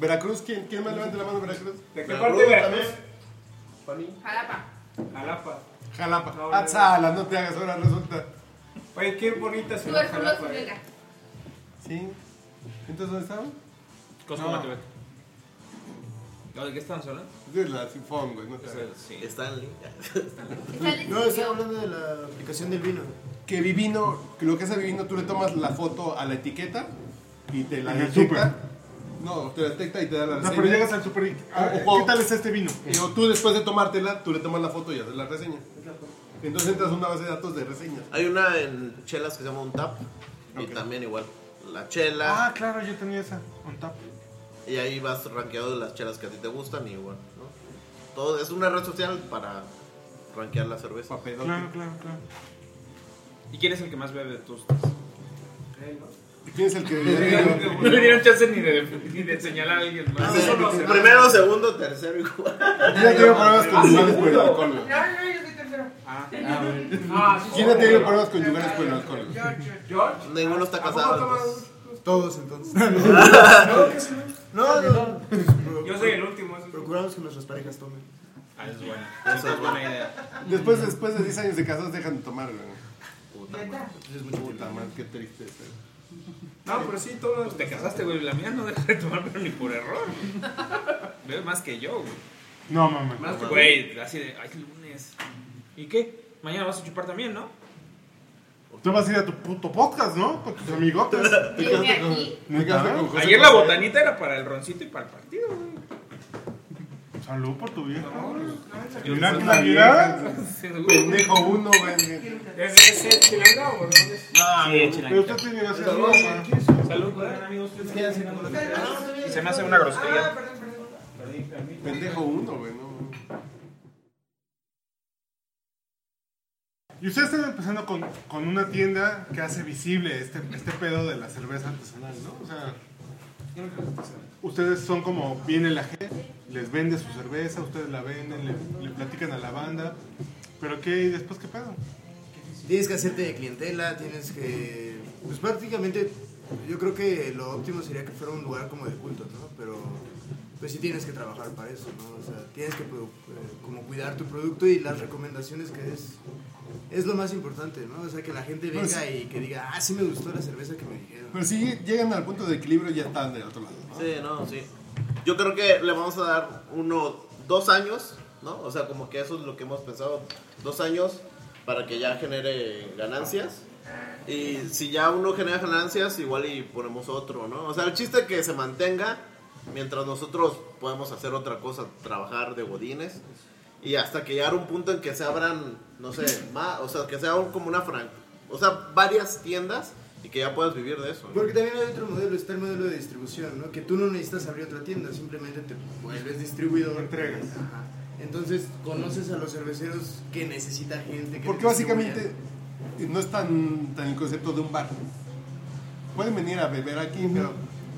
S8: Veracruz, ¿quién, ¿quién más levanta la mano de Veracruz?
S14: ¿De qué
S12: Pero
S14: parte de
S12: luego
S14: Veracruz?
S15: Jalapa.
S14: Jalapa.
S8: Jalapa.
S14: No, no, no.
S8: Atzala, no te hagas ahora, resulta.
S14: Oye, qué bonita ciudad Jalapa.
S15: Tuberculosis
S14: eh.
S15: belga.
S8: ¿Sí? ¿Entonces dónde estaban?
S9: Cosmo Matebet. ¿De qué estamos hablando?
S8: De la Sinfón, güey. No te
S9: Es
S8: hagas.
S9: el- sí.
S12: Stanley.
S15: Está listo.
S11: No, estaba hablando de la aplicación del vino.
S8: que Vivino, que lo que hace Vivino, tú le tomas la foto a la etiqueta y te la
S7: En el
S8: detecta. No, te la detecta y te da la
S7: No,
S8: reseña.
S7: pero llegas al super. y, ah,
S8: Ojo.
S7: ¿Qué tal es este vino?
S8: Y o tú después de tomártela, tú le tomas la foto y haces la reseña. Entonces entras a una base de datos de reseñas.
S12: Hay una en chelas que se llama un tap.
S8: Ok.
S12: Y también igual. La chela.
S7: Ah, claro, yo tenía esa. On tap.
S12: Y ahí vas rankeado de las chelas que a ti te gustan y igual. ¿no? Todo, es una red social para rankear la cerveza.
S9: Claro, claro, claro. ¿Y quién es el que más bebe de tus
S8: ¿Quién es el que.?
S9: No le dieron chance ni de, ni de señalar a alguien
S7: Ah,
S8: Ah,
S9: más.
S12: Primero, segundo, tercero y cuarto.
S8: Ya tengo problemas conyugales por el alcohol.
S10: No,
S8: güey.
S10: no, yo soy tercero.
S14: Ah,
S8: ¿Quién ha tenido problemas conyugales por el alcohol? güey?
S10: George.
S12: Ninguno está casado. entonces.
S11: Todos entonces.
S14: No, que sí.
S11: No, no.
S14: Yo soy el último. eso es-
S11: Procuramos que nuestras parejas tomen.
S9: Ah, es bueno.
S12: Eso es buena
S9: idea.
S8: Después, después de 10 años de casados dejan de tomar, güey.
S10: ¿Neta?
S8: Es mucho Puta madre, qué tristeza.
S9: No, pero sí, todo. Pues te casaste, güey. La mía no deja de tomar, pero ni por error. Bebe más que yo, güey.
S7: No, mames.
S9: Más que güey, así de. Ay, lunes. ¿Y qué? Mañana vas a chupar también, ¿no?
S7: Tú vas a ir a tu puto podcast, ¿no? Con tus amigotes.
S15: Te quedaste con- aquí.
S8: te quedaste con José
S9: Ayer la
S8: José.
S9: botanita era para el roncito y para el partido, güey.
S7: Salud por tu vieja.
S9: pues,
S7: ¿Y una
S9: no,
S7: Navidad?
S8: Pendejo uno, güey.
S14: ¿Es es el Chilanga o dónde es?
S9: Sí,
S7: Pero
S9: chilango.
S7: usted tiene que hacer ropa.
S9: Salud, güey. amigos. Se me hace una grosería.
S8: Pendejo uno, güey. No.
S7: Y ustedes están empezando con, con una tienda que hace visible este, este pedo de la cerveza artesanal, ¿no? O sea, ustedes son como, viene la gente, les vende su cerveza, ustedes la venden, le, le platican a la banda. Pero ¿qué? ¿Y después qué pedo?
S11: Tienes que hacerte de clientela, tienes que... Pues prácticamente yo creo que lo óptimo sería que fuera un lugar como de culto, ¿no? Pero pues sí tienes que trabajar para eso, ¿no? O sea, tienes que produ- eh, como cuidar tu producto y las recomendaciones que des. Es lo más importante, ¿no? O sea, que la gente
S8: Pero
S11: venga
S8: sí.
S11: y que diga, ah, sí me gustó la cerveza que me dijeron.
S8: Pero si llegan al punto de equilibrio, ya están del otro lado. ¿no?
S12: Sí, no, sí. Yo creo que le vamos a dar uno, dos años, ¿no? O sea, como que eso es lo que hemos pensado. Dos años para que ya genere ganancias. Y si ya uno genera ganancias, igual y ponemos otro, ¿no? O sea, el chiste es que se mantenga mientras nosotros podemos hacer otra cosa, trabajar de godines. Y hasta que llegar a un punto en que se abran, no sé, más, o sea, que sea un- como una franquicia. O sea, varias tiendas y que ya puedas vivir de eso. ¿no?
S11: Porque también hay otro modelo, está el modelo de distribución, ¿no? Que tú no necesitas abrir otra tienda, simplemente te vuelves distribuidor.
S7: Entregas.
S11: Ajá. Entonces conoces a los cerveceros que necesita gente. Que
S8: Porque
S11: te
S8: básicamente eh,
S11: distribuyan.
S8: no es tan, tan el concepto de un bar. Pueden venir a beber aquí, pero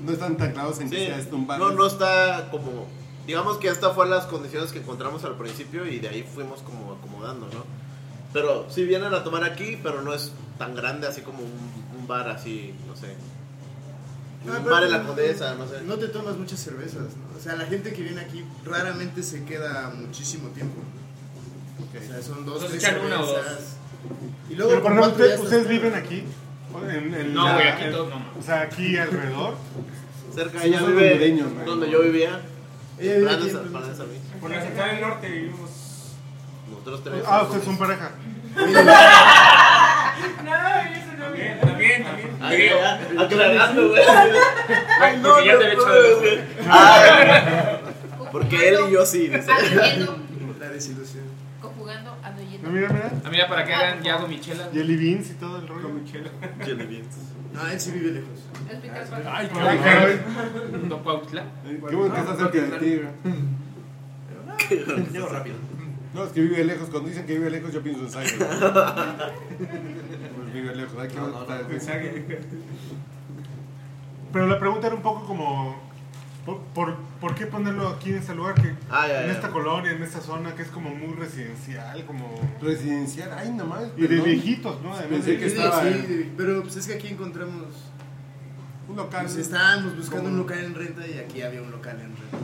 S8: no están tan claros en que
S12: Sí.
S8: sea esto un bar.
S12: No, no está como. Digamos que esta fue las condiciones que encontramos al principio y de ahí fuimos como acomodando, ¿no? Pero sí vienen a tomar aquí, pero no es tan grande así como un, un bar así, no sé.
S11: Ah,
S12: Un
S11: pero
S12: bar en la condesa, no sé.
S11: No te tomas muchas cervezas, ¿no? O sea, la gente que viene aquí raramente se queda muchísimo tiempo. O sea, son dos,
S9: Nos
S11: tres
S9: echan una o dos.
S11: cervezas. Y luego,
S7: Pero, por
S11: con
S7: ejemplo,
S11: cuatro ya
S7: ¿ustedes,
S11: estás-
S7: ustedes viven aquí? En- en
S9: No,
S7: la-
S9: güey, aquí
S7: en-
S9: todo- no,
S7: O sea, aquí alrededor.
S12: Cerca
S8: Sí,
S12: ella
S8: son
S12: vive
S8: hondureños, güey.
S12: donde yo vivía.
S11: Ella
S12: en
S11: vive
S12: Planes-
S11: aquí en
S12: Planes
S11: Planes.
S12: a mí.
S14: Por la central del norte vivimos.
S12: Nosotros tres.
S7: Ah, ustedes son pareja.
S14: No, eso no También, también, también.
S12: Ah,
S14: Creo.
S12: ya, ya, Aclarando, güey.
S9: Ay, no, ya te había echado de los-
S12: Ah, Porque él y yo sí. dice.
S15: Andoyendo.
S11: La desilusión.
S15: Conjugando, andoyendo.
S7: No, mira, mira.
S9: Ah, Mira, para que hagan ya gomichelas. güey.
S7: Jelly beans y todo el rollo.
S12: Jelly beans.
S11: No, él sí vive lejos.
S15: Explicar
S8: Ay, qué
S7: Ay,
S8: bueno.
S7: caray.
S9: Topautla.
S8: Qué bueno que estás cerca de ti, güey.
S12: Llego rápido.
S8: No, es que vive lejos. Cuando dicen que vive lejos, yo pienso en Sague. Pues vive lejos. Ay, qué bueno que estás-
S7: Pero la pregunta era un poco como, ¿por, por, por qué ponerlo aquí en este lugar? Que,
S12: Ah, ya,
S7: en
S12: ya.
S7: esta colonia, en esta zona que es como muy residencial, como...
S8: Residencial, ay, nomás.
S7: Y de
S8: perdón.
S7: viejitos, ¿no? Además
S8: Pensé
S7: de
S8: que
S11: Sí,
S8: estaba
S11: sí,
S8: en
S11: de- pero pues es que aquí encontramos.
S8: un local.
S11: Pues estábamos buscando
S8: Como-
S11: un local en renta y aquí había un local en renta.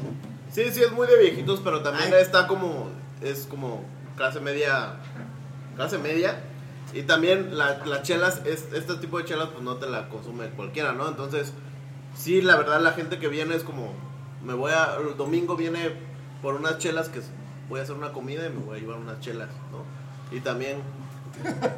S12: Sí, sí, es muy de viejitos, pero también
S11: Ay.
S12: está como, es como clase media, clase media. Y también la- las chelas, es- este tipo de chelas, pues no te la consume cualquiera, ¿no? Entonces, sí, la verdad, la gente que viene es como, me voy a, el domingo viene por unas chelas que voy a hacer una comida y me voy a llevar unas chelas, ¿no? Y también,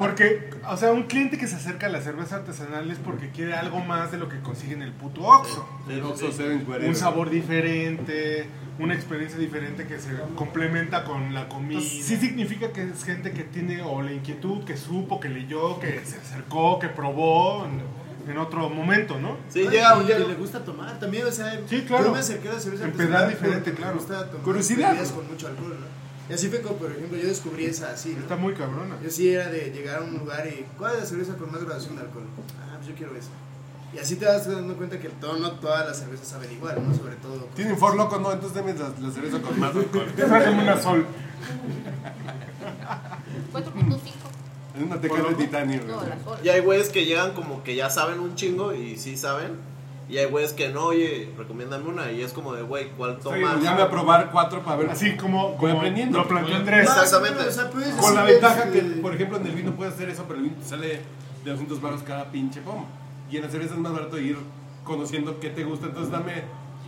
S7: Porque, o sea, un cliente que se acerca a la cerveza artesanal es porque quiere algo más de lo que consigue en el puto Oxxo.
S8: El Oxxo Seven Whatever.
S7: Un sabor diferente, una experiencia diferente que se complementa con la comida. Sí significa que es gente que tiene o la inquietud, que supo, que leyó, que se acercó, que probó. en otro momento, ¿no?
S11: Ay, y, y le gusta tomar también, o sea,
S7: claro.
S11: yo me acerqué a la cerveza
S7: En
S11: artesanal
S7: pedal diferente,
S11: porque me
S7: claro.
S11: gusta tomar
S7: Curiosidad,
S11: bebidas
S7: ¿no?
S11: con mucho alcohol, ¿no? Y así fue como, por ejemplo, yo descubrí esa así, ¿no?
S7: Está muy cabrona.
S11: Yo sí era de llegar a un lugar y, ¿cuál es la cerveza con más graduación de alcohol? Ah, pues yo quiero esa. Y así te vas dando cuenta que todo, no todas las cervezas saben igual, ¿no? Sobre todo...
S8: Tienen for loco, no, entonces deme la, la cerveza con más alcohol.
S11: Tráigame una sol.
S15: 4.5.
S8: Es una tecate de titanio, güey.
S15: No, la sol.
S12: Y hay güeyes que llegan como que ya saben un chingo y sí saben. Y hay güeyes que no, oye, recomiéndame una. Y es como de, güey, ¿cuál toma?
S8: Dame a probar cuatro para ver.
S7: Así como,
S8: voy aprendiendo.
S7: lo planteó Andrés.
S12: Exactamente.
S8: Con la ventaja que, por ejemplo, en el vino puedes hacer eso, pero el vino te sale de 200 baros cada pinche pomo. Y en la cerveza es más barato ir conociendo qué te gusta, entonces dame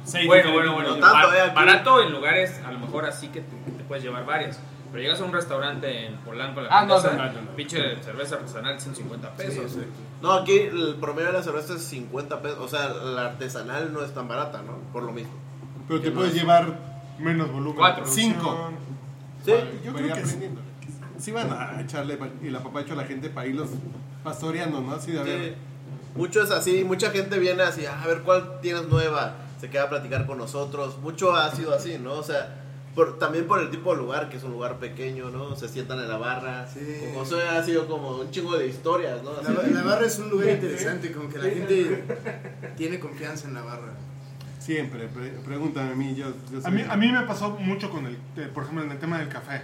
S8: seis.
S16: Bueno, bueno,
S8: diferentes
S16: bueno.
S8: vinos.
S16: Ba-
S12: eh,
S16: barato en lugares, a lo mejor así que te, te puedes llevar varias. Pero llegas a un restaurante en Polanco, la
S8: Ah, no,
S16: Condesa,
S8: no, no, no, no.
S16: pinche cerveza artesanal, 150 pesos.
S12: Sí, sí. No, aquí el promedio de la cerveza es 50 pesos. O sea, la artesanal no es tan barata, ¿no? Por lo mismo.
S8: Pero te
S12: Que
S8: puedes
S12: no es-
S8: llevar
S7: menos volumen.
S12: Cuatro.
S8: de Cinco.
S12: Sí,
S8: yo
S12: para ir
S8: creo que sí. Sí van a echarle pa- el apapacho a la gente para irlos pastoreando, ¿no? Así de a ver.
S12: Mucho es así, mucha gente viene así, "Ah, a ver cuál tienes nueva, se queda a platicar con nosotros, mucho ha sido así, ¿no? O sea, por- también por el tipo de lugar, que es un lugar pequeño, ¿no? Se sientan en la barra, o sea, ha sido como un chingo de historias, ¿no?
S11: La, la barra es un lugar interesante, como que la gente tiene confianza en la barra.
S8: Siempre, pre- pregúntame a mí, yo, yo
S7: A
S8: soy-
S7: mí, a mí me pasó mucho con el, eh, por ejemplo, en el tema del café.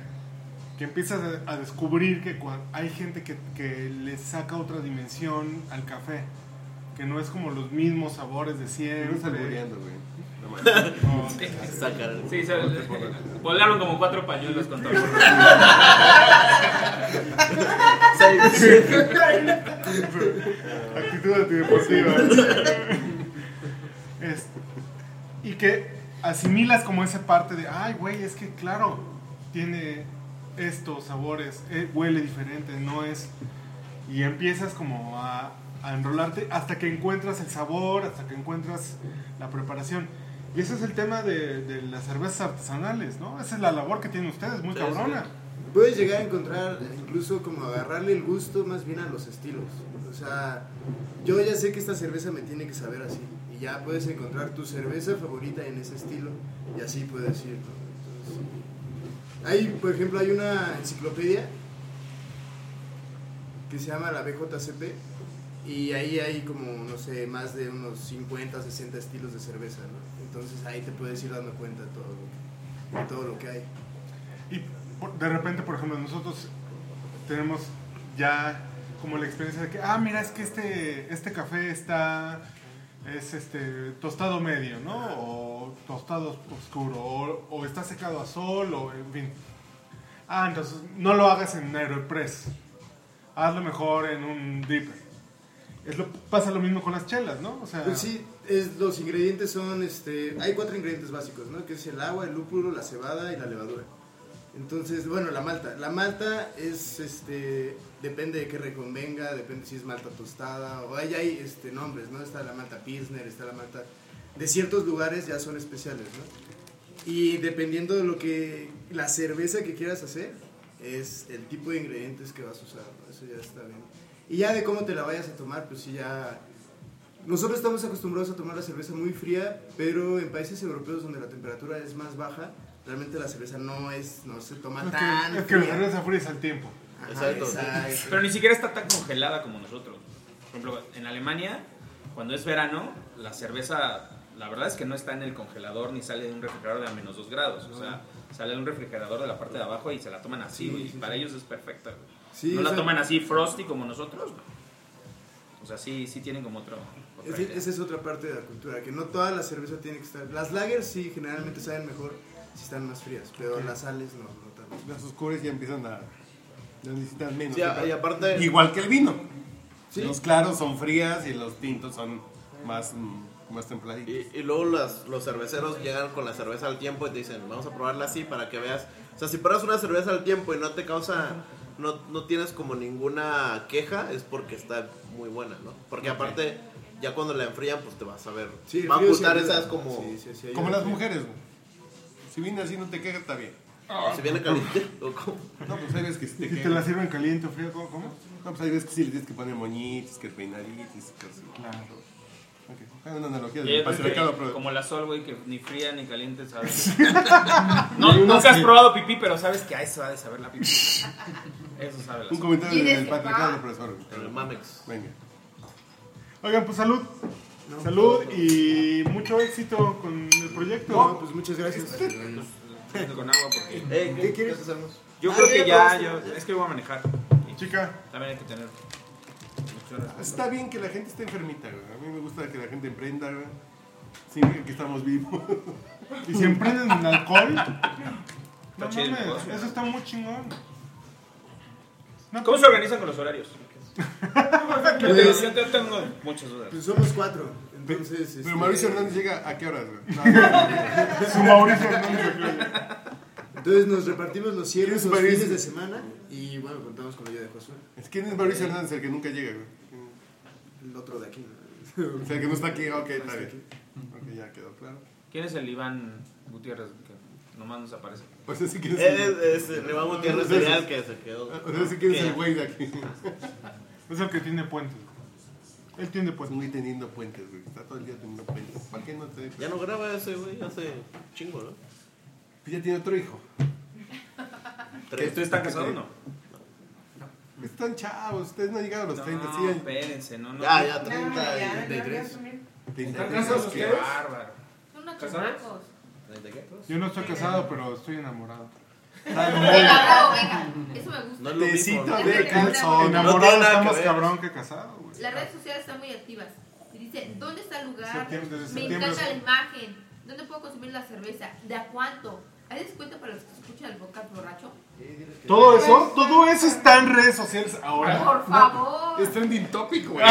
S7: Que empiezas a, a descubrir que cua- hay gente que, que le saca otra dimensión al café. Que no es como los mismos sabores de siempre.
S8: Estás albureando, güey. No
S7: No,
S8: mames.
S16: Sí, se- volaron como cuatro pañuelos con todo.
S7: Actitud antideportiva. Es- Este, y que asimilas como esa parte de, ay, güey, es que claro, tiene estos sabores, eh, huele diferente, no es... Y empiezas como a, a enrolarte hasta que encuentras el sabor, hasta que encuentras la preparación. Y ese es el tema de, de las cervezas artesanales, ¿no? Esa es la labor que tienen ustedes, muy cabrona.
S11: Puedes llegar a encontrar, incluso como agarrarle el gusto más bien a los estilos. O sea, yo ya sé que esta cerveza me tiene que saber así. Y ya puedes encontrar tu cerveza favorita en ese estilo. Y así puedes ir. ¿no? Entonces, hay, por ejemplo, hay una enciclopedia que se llama la BJCP. Y ahí hay como, no sé, más de unos 50, 60 estilos de cerveza, ¿no? Entonces ahí te puedes ir dando cuenta de todo lo que, de todo lo que hay.
S7: por- de repente, por ejemplo, nosotros tenemos ya como la experiencia de que, ah, mira, es que este, este café está, es este, tostado medio, ¿no? O tostado oscuro, o, o está secado a sol, o en fin. Ah, entonces no lo hagas en Aeropress, hazlo mejor en un dipper. Es lo, pasa lo mismo con las chelas, ¿no? O sea,
S11: Pues sí, es, los ingredientes son, este, hay cuatro ingredientes básicos, ¿no? Que es el agua, el lúpulo, la cebada y la levadura. Entonces, bueno, la malta. La malta es, este, depende de qué reconvenga, depende si es malta tostada, o hay, hay este, nombres, ¿no? Está la malta Pilsner, está la malta... De ciertos lugares ya son especiales, ¿no? Y dependiendo de lo que, la cerveza que quieras hacer, es el tipo de ingredientes que vas a usar, ¿no? Eso ya está bien. Y ya de cómo te la vayas a tomar, pues sí ya nosotros estamos acostumbrados a tomar la cerveza muy fría, pero en países europeos donde la temperatura es más baja, realmente la cerveza no es, no se toma
S7: es
S11: tan
S7: que, es que la
S11: fría.
S7: cerveza fría es al tiempo.
S11: Ajá, exacto.
S16: Pero ni siquiera está tan congelada como nosotros. Por ejemplo, en Alemania, cuando es verano, la cerveza, la verdad es que no está en el congelador ni sale de un refrigerador de a menos 2 grados. O sea, sale de un refrigerador de la parte de abajo y se la toman así,
S11: Sí,
S16: güey.
S11: sí,
S16: Para ellos es perfecta, güey.
S11: Sí,
S16: no
S11: o
S16: la
S11: sea-
S16: toman así frosty como nosotros, güey. O sea, sí, sí tienen como otro. otra
S11: Es-
S16: idea.
S11: esa es otra parte de la cultura, que no toda la cerveza tiene que estar... Las lagers sí, generalmente saben mejor si están más frías, pero
S8: Sí.
S11: las sales no, no tanto.
S8: Las oscuras ya empiezan a. ya necesitan menos.
S11: Sí, a- y aparte-
S8: Igual que el vino.
S11: Sí.
S8: Los claros son frías y los tintos son más, mm, más templaditos.
S12: Y, y luego las- los cerveceros llegan con la cerveza al tiempo y te dicen, vamos a probarla así para que veas. O sea, si pruebas una cerveza al tiempo y no te causa, no, no tienes como ninguna queja, es porque está muy buena, ¿no? Porque
S8: Ok.
S12: aparte, ya cuando la enfrían, pues te vas a ver.
S11: Sí, el
S12: va a
S11: frío sí
S12: ocultar
S11: ayuda.
S12: esas como...
S11: Sí, sí, sí ayuda.
S8: Como las mujeres, güey. Si viene así no te quejas, está bien.
S12: ¿O ¿Se viene caliente? ¿O cómo?
S8: No, pues hay veces que sí
S7: ¿Y
S8: queda.
S7: te la sirven caliente o fría? ¿Cómo? cómo?
S8: No, pues hay veces que sí le tienes que poner moñitos, que peinaditos, que así. Claro. Es una analogía
S9: Y
S8: del
S9: es
S8: patriarcado,
S9: que-
S8: pero.
S9: Como la sol, güey, que ni fría ni caliente sabe.
S8: Y
S9: no,
S8: unos
S9: nunca has
S8: que-
S9: probado pipí, pero sabes que a eso ha de saber la pipí. Eso sabe la
S8: Un
S9: sol.
S8: comentario
S9: Tienes
S8: del
S9: que
S8: patriarcado,
S9: pa-
S8: profesor.
S12: El Mamex.
S8: Venga.
S7: Oigan, pues salud. Salud y mucho éxito con el proyecto. Este,
S11: No, pues muchas gracias.
S9: Con agua, porque.
S12: Eh,
S11: ¿Qué quieres?
S9: Yo
S11: Ah,
S9: creo
S11: ya
S9: que ya,
S11: podemos-
S9: yo- es que voy a manejar.
S7: Chica.
S9: También hay que tener.
S8: Está bien que la gente esté enfermita, güey. A mí me gusta que la gente emprenda, güey. Significa que estamos vivos.
S7: ¿Y si emprenden en alcohol? No
S8: chido el
S7: mames,
S8: negocio.
S7: eso está muy chingón.
S9: ¿Cómo se organizan con los horarios? Yo tengo-
S11: Pues-
S9: yo tengo muchas dudas.
S11: Pues somos cuatro. Entonces, este,
S8: Pero Mauricio Hernández llega a qué horas, güey.
S11: Su Mauricio Hernández. Entonces nos repartimos los cierres
S8: ¿Quién es
S11: los
S8: Mauricio?
S11: fines de semana y bueno, contamos con la ayuda de Josué.
S8: ¿Quién es Mauricio Hernández, el que nunca llega, güey?
S11: El otro de aquí.
S8: O sea, Ah, que no está aquí, ok,
S11: No
S8: está
S11: está
S8: bien. Ok, ya quedó claro.
S9: ¿Quién es el Iván Gutiérrez que nomás nos aparece?
S8: O sea, si quieres.
S12: Eh, Es- es- es- le vamos a tirar ese ideal que se quedó.
S11: ah,
S8: O sea, si quieres el güey de aquí.
S7: Es el que tiene puentes. Él tiene puentes.
S8: pues, Muy teniendo puentes, güey. Está todo el día teniendo puentes. ¿Para qué no te.?
S12: Ya no graba ese, güey, hace chingo, ¿no?
S8: Pues, Ya tiene otro hijo.
S12: Tres.
S9: ¿Tú estás casado o no?
S8: Están chavos, ustedes no han llegado a los 30, sí.
S9: No,
S8: hay-
S9: espérense, no, no.
S8: Ya, ya,
S9: No,
S8: 30
S9: ya,
S8: y
S9: ya,
S8: 33.
S9: ¿Están casados
S8: qué
S9: ustedes?
S8: bárbaro.
S15: Son unos
S9: ¿Casados?
S15: chamacos.
S7: Yo no estoy casado, pero estoy enamorado.
S15: Venga, bravo, venga. Eso me gusta.
S7: No es lo
S8: Tecito
S7: mismo,
S8: de
S7: ¿no?
S8: calzón.
S7: Enamorado
S8: No tiene nada
S7: está
S8: que
S7: más
S8: ver.
S7: cabrón que casado, güey.
S15: Las redes sociales están muy activas. Y dice, ¿dónde está el lugar?
S7: Septiembre, desde
S15: Me
S7: septiembre.
S15: encanta la imagen. ¿Dónde puedo consumir la cerveza? ¿De a cuánto? ¿Hay descuento para los que escuchan el boca borracho?
S7: Todo eso, todo eso está en redes sociales ahora.
S15: Por favor.
S8: Es trending topic, güey.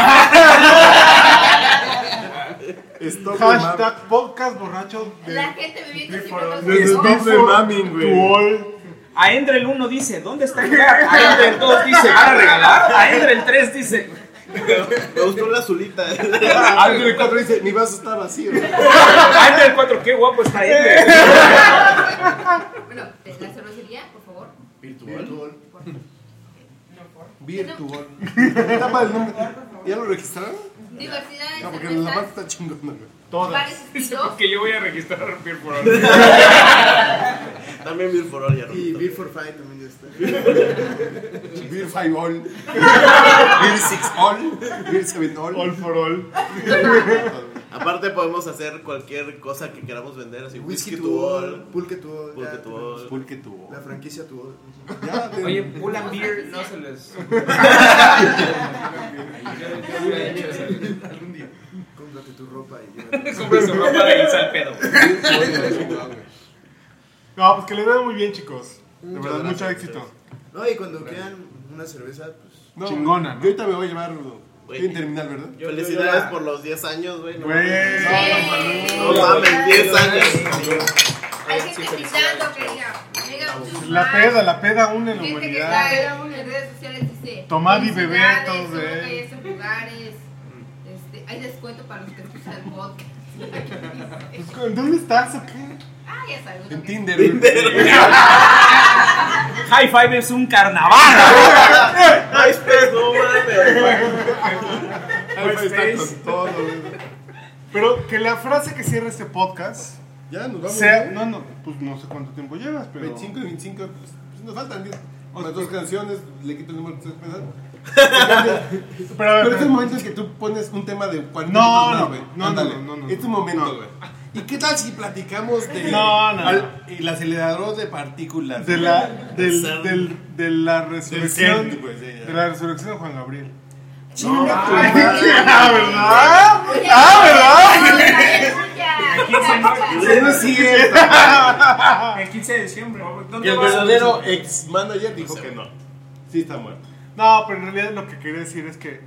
S8: Stop the mam-
S7: Hashtag podcast borracho de
S15: La gente viviendo sin botas.
S8: Desde Stop the mamming, güey.
S9: A Endre Ah, el 1 dice, ¿dónde está el bar? A Endre el 2 dice, ¿van a regalar? A Endre el 3 dice,
S12: Me gustó la azulita.
S9: Ah,
S8: Ángel el 4 dice, mi vaso está vacío.
S9: a Endre Ah, el 4, qué guapo está Endre.
S15: Bueno, la cervecería, por favor.
S8: Virtual.
S15: Por favor.
S8: Virtual. Está mal el nombre. ¿Ya lo registraron?
S15: Diversidad de
S8: No, porque la
S15: cervezas.
S8: parte está chingona, güey.
S15: Bares estilos.
S9: Que yo voy a registrar Beer for All.
S12: También Beer for All ya
S11: Y
S12: rompí.
S11: Beer for Five también ya está.
S8: Beer five all. Beer six all. Beer seven all. All for all.
S12: Aparte podemos hacer cualquier cosa que queramos vender, así
S11: Whisky
S12: whisky
S11: to
S12: to
S11: all,
S12: all,
S11: pulque to all.
S12: pulque
S11: ya
S12: to all.
S8: Pulque tuvo.
S11: La franquicia to all.
S9: Oye, Pull and Beer no se les...
S11: Algún día. Cómprate tu ropa y
S9: Compra su ropa de Elsa al pedo.
S7: No, pues que les veo muy bien, chicos. De
S11: Muchas
S7: verdad, mucho
S11: gracias,
S7: éxito.
S11: No, y cuando quieran una cerveza, pues.
S8: No,
S7: Chingona, ¿no?
S8: Yo ahorita me voy a llevar. Tienen terminal, ¿verdad?
S12: Felicidades por los 10 años, güey. No
S7: Güey.
S12: mames, no mames, 10 años.
S15: Hay gente gritando que diga, venga, muchos
S7: La
S15: más.
S7: peda, la peda une la
S15: Gente que
S7: humanidad.
S15: está en redes sociales dice
S7: Tomad y bebed
S15: "Felicidades,
S7: todos,
S15: seguro
S7: eh".
S15: que hay esos lugares. Este, hay descuento para los que escuchan el podcast.
S7: Pues, ¿Dónde estás o qué?
S15: ah, ya sabes.
S8: En Tinder.
S9: High Five es un carnaval.
S12: Ay, pues, no mames.
S8: Ahí está con todo, güey.
S7: Pero que la frase que cierra este podcast
S8: Ya nos vamos.
S7: sea.
S8: güey.
S7: No, no, pues no sé cuánto tiempo llevas, pero.
S8: 25 y 25. pues, pues, nos faltan 10. Las dos canciones, le quito el número que ustedes me dan.
S7: Pero a ver,
S8: Pero es el
S7: pero-
S8: momento en que tú pones un tema de cualquier
S7: Ah, eh. No,
S8: cosa,
S7: no,
S8: güey.
S7: no, no,
S8: Ándale,
S7: no, no, no.
S8: Es tu momento, güey. ¿Y qué tal si platicamos de
S7: No, no,
S8: al- el acelerador de partículas?
S7: De
S8: güey?
S7: la, del, del, de la resurrección.
S8: Del CERN, pues, sí, ya.
S7: de la resurrección de Juan Gabriel.
S8: Chinga tu
S7: Ay,
S8: madre.
S7: Ah, ¿verdad? Ah,
S14: El
S8: No es cierto.
S14: 15 de diciembre.
S8: Y
S14: ¿Dónde
S8: el
S14: vas?
S8: verdadero ex manager dijo que no. Sí está muerto.
S7: ¿verdad? No, pero en realidad lo que quería decir es que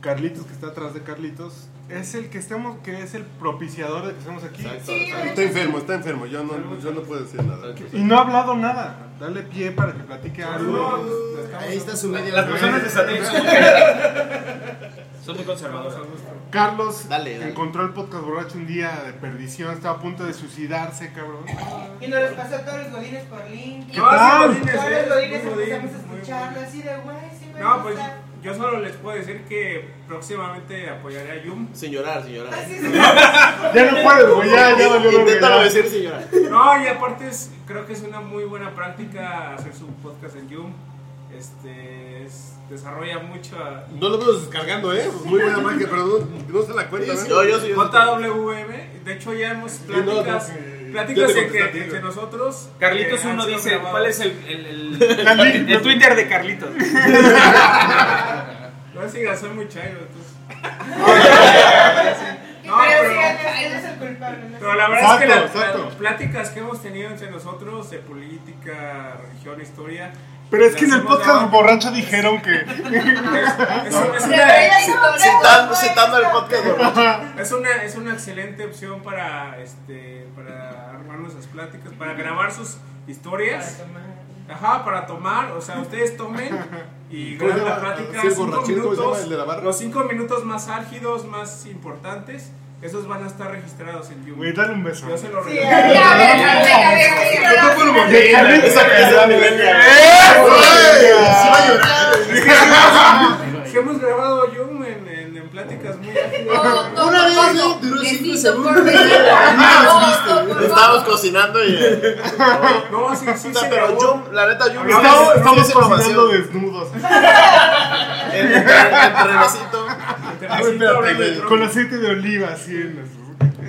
S7: Carlitos, que está atrás de Carlitos, es el que estemos, que es el propiciador de que estemos aquí.
S8: Está enfermo, está enfermo. Yo no, yo no puedo decir nada.
S7: Y no ha hablado nada. Dale pie para que platique algo.
S11: Ahí está su media.
S9: Las personas de satélite son mujeres.
S16: Son muy conservadores.
S7: Carlos
S16: Dale, dale.
S7: encontró el podcast borracho un día de perdición, estaba a punto de suicidarse, cabrón.
S10: Y nos los pasó a todos los godines por link.
S7: ¿Qué tal?
S10: Todos los godines
S14: Muy godín,
S10: empezamos a escucharlo así de güey, sí me
S14: No, pues
S10: gusta.
S14: yo solo les puedo decir que próximamente apoyaré a Yum.
S12: Sin llorar, sin llorar.
S14: Ya no puedes,
S7: Pues
S14: güey, ya- ya valió verga,
S12: Inténtalo
S14: ya.
S12: decir sin llorar.
S14: No, y aparte es, creo que es una muy buena práctica hacer su podcast en Yum. Este, es- desarrolla mucho a-
S8: No lo veo descargando, ¿eh? Pues muy buena marca, pero no, no se la cuenta. ¿verdad?
S14: JWM, de hecho ya hemos pláticas, pláticas
S8: Yo te
S14: en que,
S8: contesto a ti,
S14: entre nosotros.
S9: Carlitos
S14: que han
S9: uno
S14: sido
S9: dice,
S14: grabados.
S9: ¿cuál es el, el, el- el Twitter de Carlitos?
S14: No sigas, soy muy chairo, entonces.
S10: No, pero sí, él es el culpable. no
S14: Pero
S10: sé.
S14: la verdad es que las-
S7: Exacto, exacto.
S14: las pláticas que hemos tenido entre nosotros de política, religión, historia.
S7: Pero es que en
S14: las
S7: el
S14: hemos
S7: podcast
S14: dado-
S7: borracho dijeron que.
S14: Es, es- es
S7: Citando-
S14: una,
S7: citando el podcast borracho.
S14: Es una, es una excelente opción para, este, para armar nuestras pláticas, para grabar sus historias. Ajá, para tomar, o sea, ustedes tomen y
S8: ¿Cómo se
S14: graben la
S8: llama?
S14: plática
S8: Sí, el
S14: cinco
S8: borrachín, ¿cómo se llama?
S14: minutos,
S8: ¿El de la barra?
S14: los cinco minutos más álgidos, más importantes, esos van a estar registrados en YouTube.
S7: Güey, dale un beso.
S14: Yo se lo
S7: Sí,
S14: regalo.
S7: ya, ya, ya, ya, ya, ya, ya. Yo toco lo que quiera. Esa que es la milenio. ¡Eso, güey! Sí va a llorar.
S14: Sí, hemos grabado yo en, en, en pláticas muy ágiles.
S12: Una vez no, duró 5 segundos. Estábamos cocinando y.
S14: No, sí, sí,
S12: sí. Pero yo, la neta, yo.
S7: Estamos, estamos
S12: sí, sí,
S7: cocinando
S12: sí,
S7: desnudos.
S12: Entre- entre besito.
S7: Ah, espérate, güey. Con aceite de oliva, así en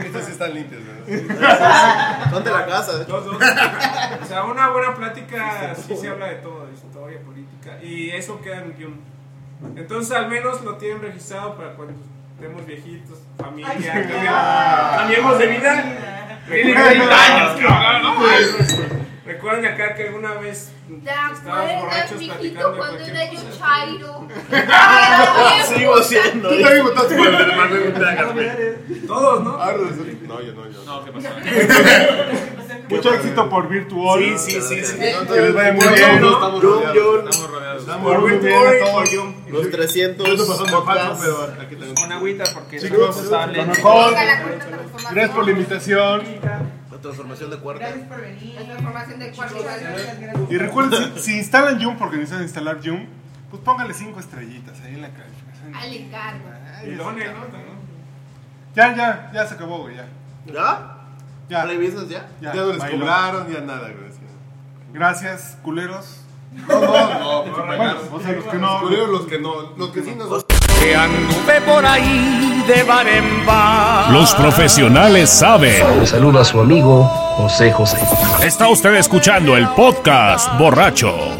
S8: Estas sí están limpias,
S14: ¿verdad?
S12: Son de la casa, de hecho.
S14: Dos, dos. O sea, una buena plática sí se habla de todo, de historia, política. Y eso queda en guión. Entonces al menos lo tienen registrado para cuando estemos viejitos, familia,
S8: Ay, sí.
S14: cambiemos-
S8: Ah.
S14: cambiemos de vida. Tienen
S8: Recuerden-
S14: 30 años, cabrón, ¿no? Recuerden acá que alguna vez
S15: ¿Te acuerdas, mijito,
S14: de
S15: cuando
S14: cualquier
S15: era yo chairo?
S12: Sigo siendo.
S8: Tú también votaste por el de Manuel Gonzaga,
S14: Todos, ¿no?
S8: No, yo no, yo.
S16: No, ¿qué pasó?
S7: Mucho éxito por Virtuol.
S14: Sí, sí, sí, sí.
S7: Que les vaya muy bien.
S12: Estamos rodeados.
S7: Estamos muy bien a todos.
S12: Los 300. podcasts.
S9: Con agüita porque
S7: Chicos,
S9: son
S7: lo
S9: responsables.
S7: mejor. Gracias por la invitación.
S12: La transformación de cuarta.
S15: La transformación de cuarto.
S7: Y recuerden, si, si instalan Joom, porque necesitan instalar Joom, pues póngale 5 estrellitas ahí en la calificación.
S15: Al encargo.
S14: Y donen, ¿no? También.
S7: Ya, ya, ya se acabó, güey, ya.
S12: ¿Ya?
S7: ¿Ya?
S12: ¿Revisas ya?
S8: Ya no les cobraron,
S7: ya nada, gracias. Gracias, culeros. No,
S8: no, no,
S7: Bueno, o sea, los que no.
S8: Los culeros, los que no. Los que sí nos.
S17: Que anduve por ahí de bar en bar.
S18: Los profesionales saben.
S19: Le saluda su amigo José José.
S18: Está usted escuchando el podcast Borracho.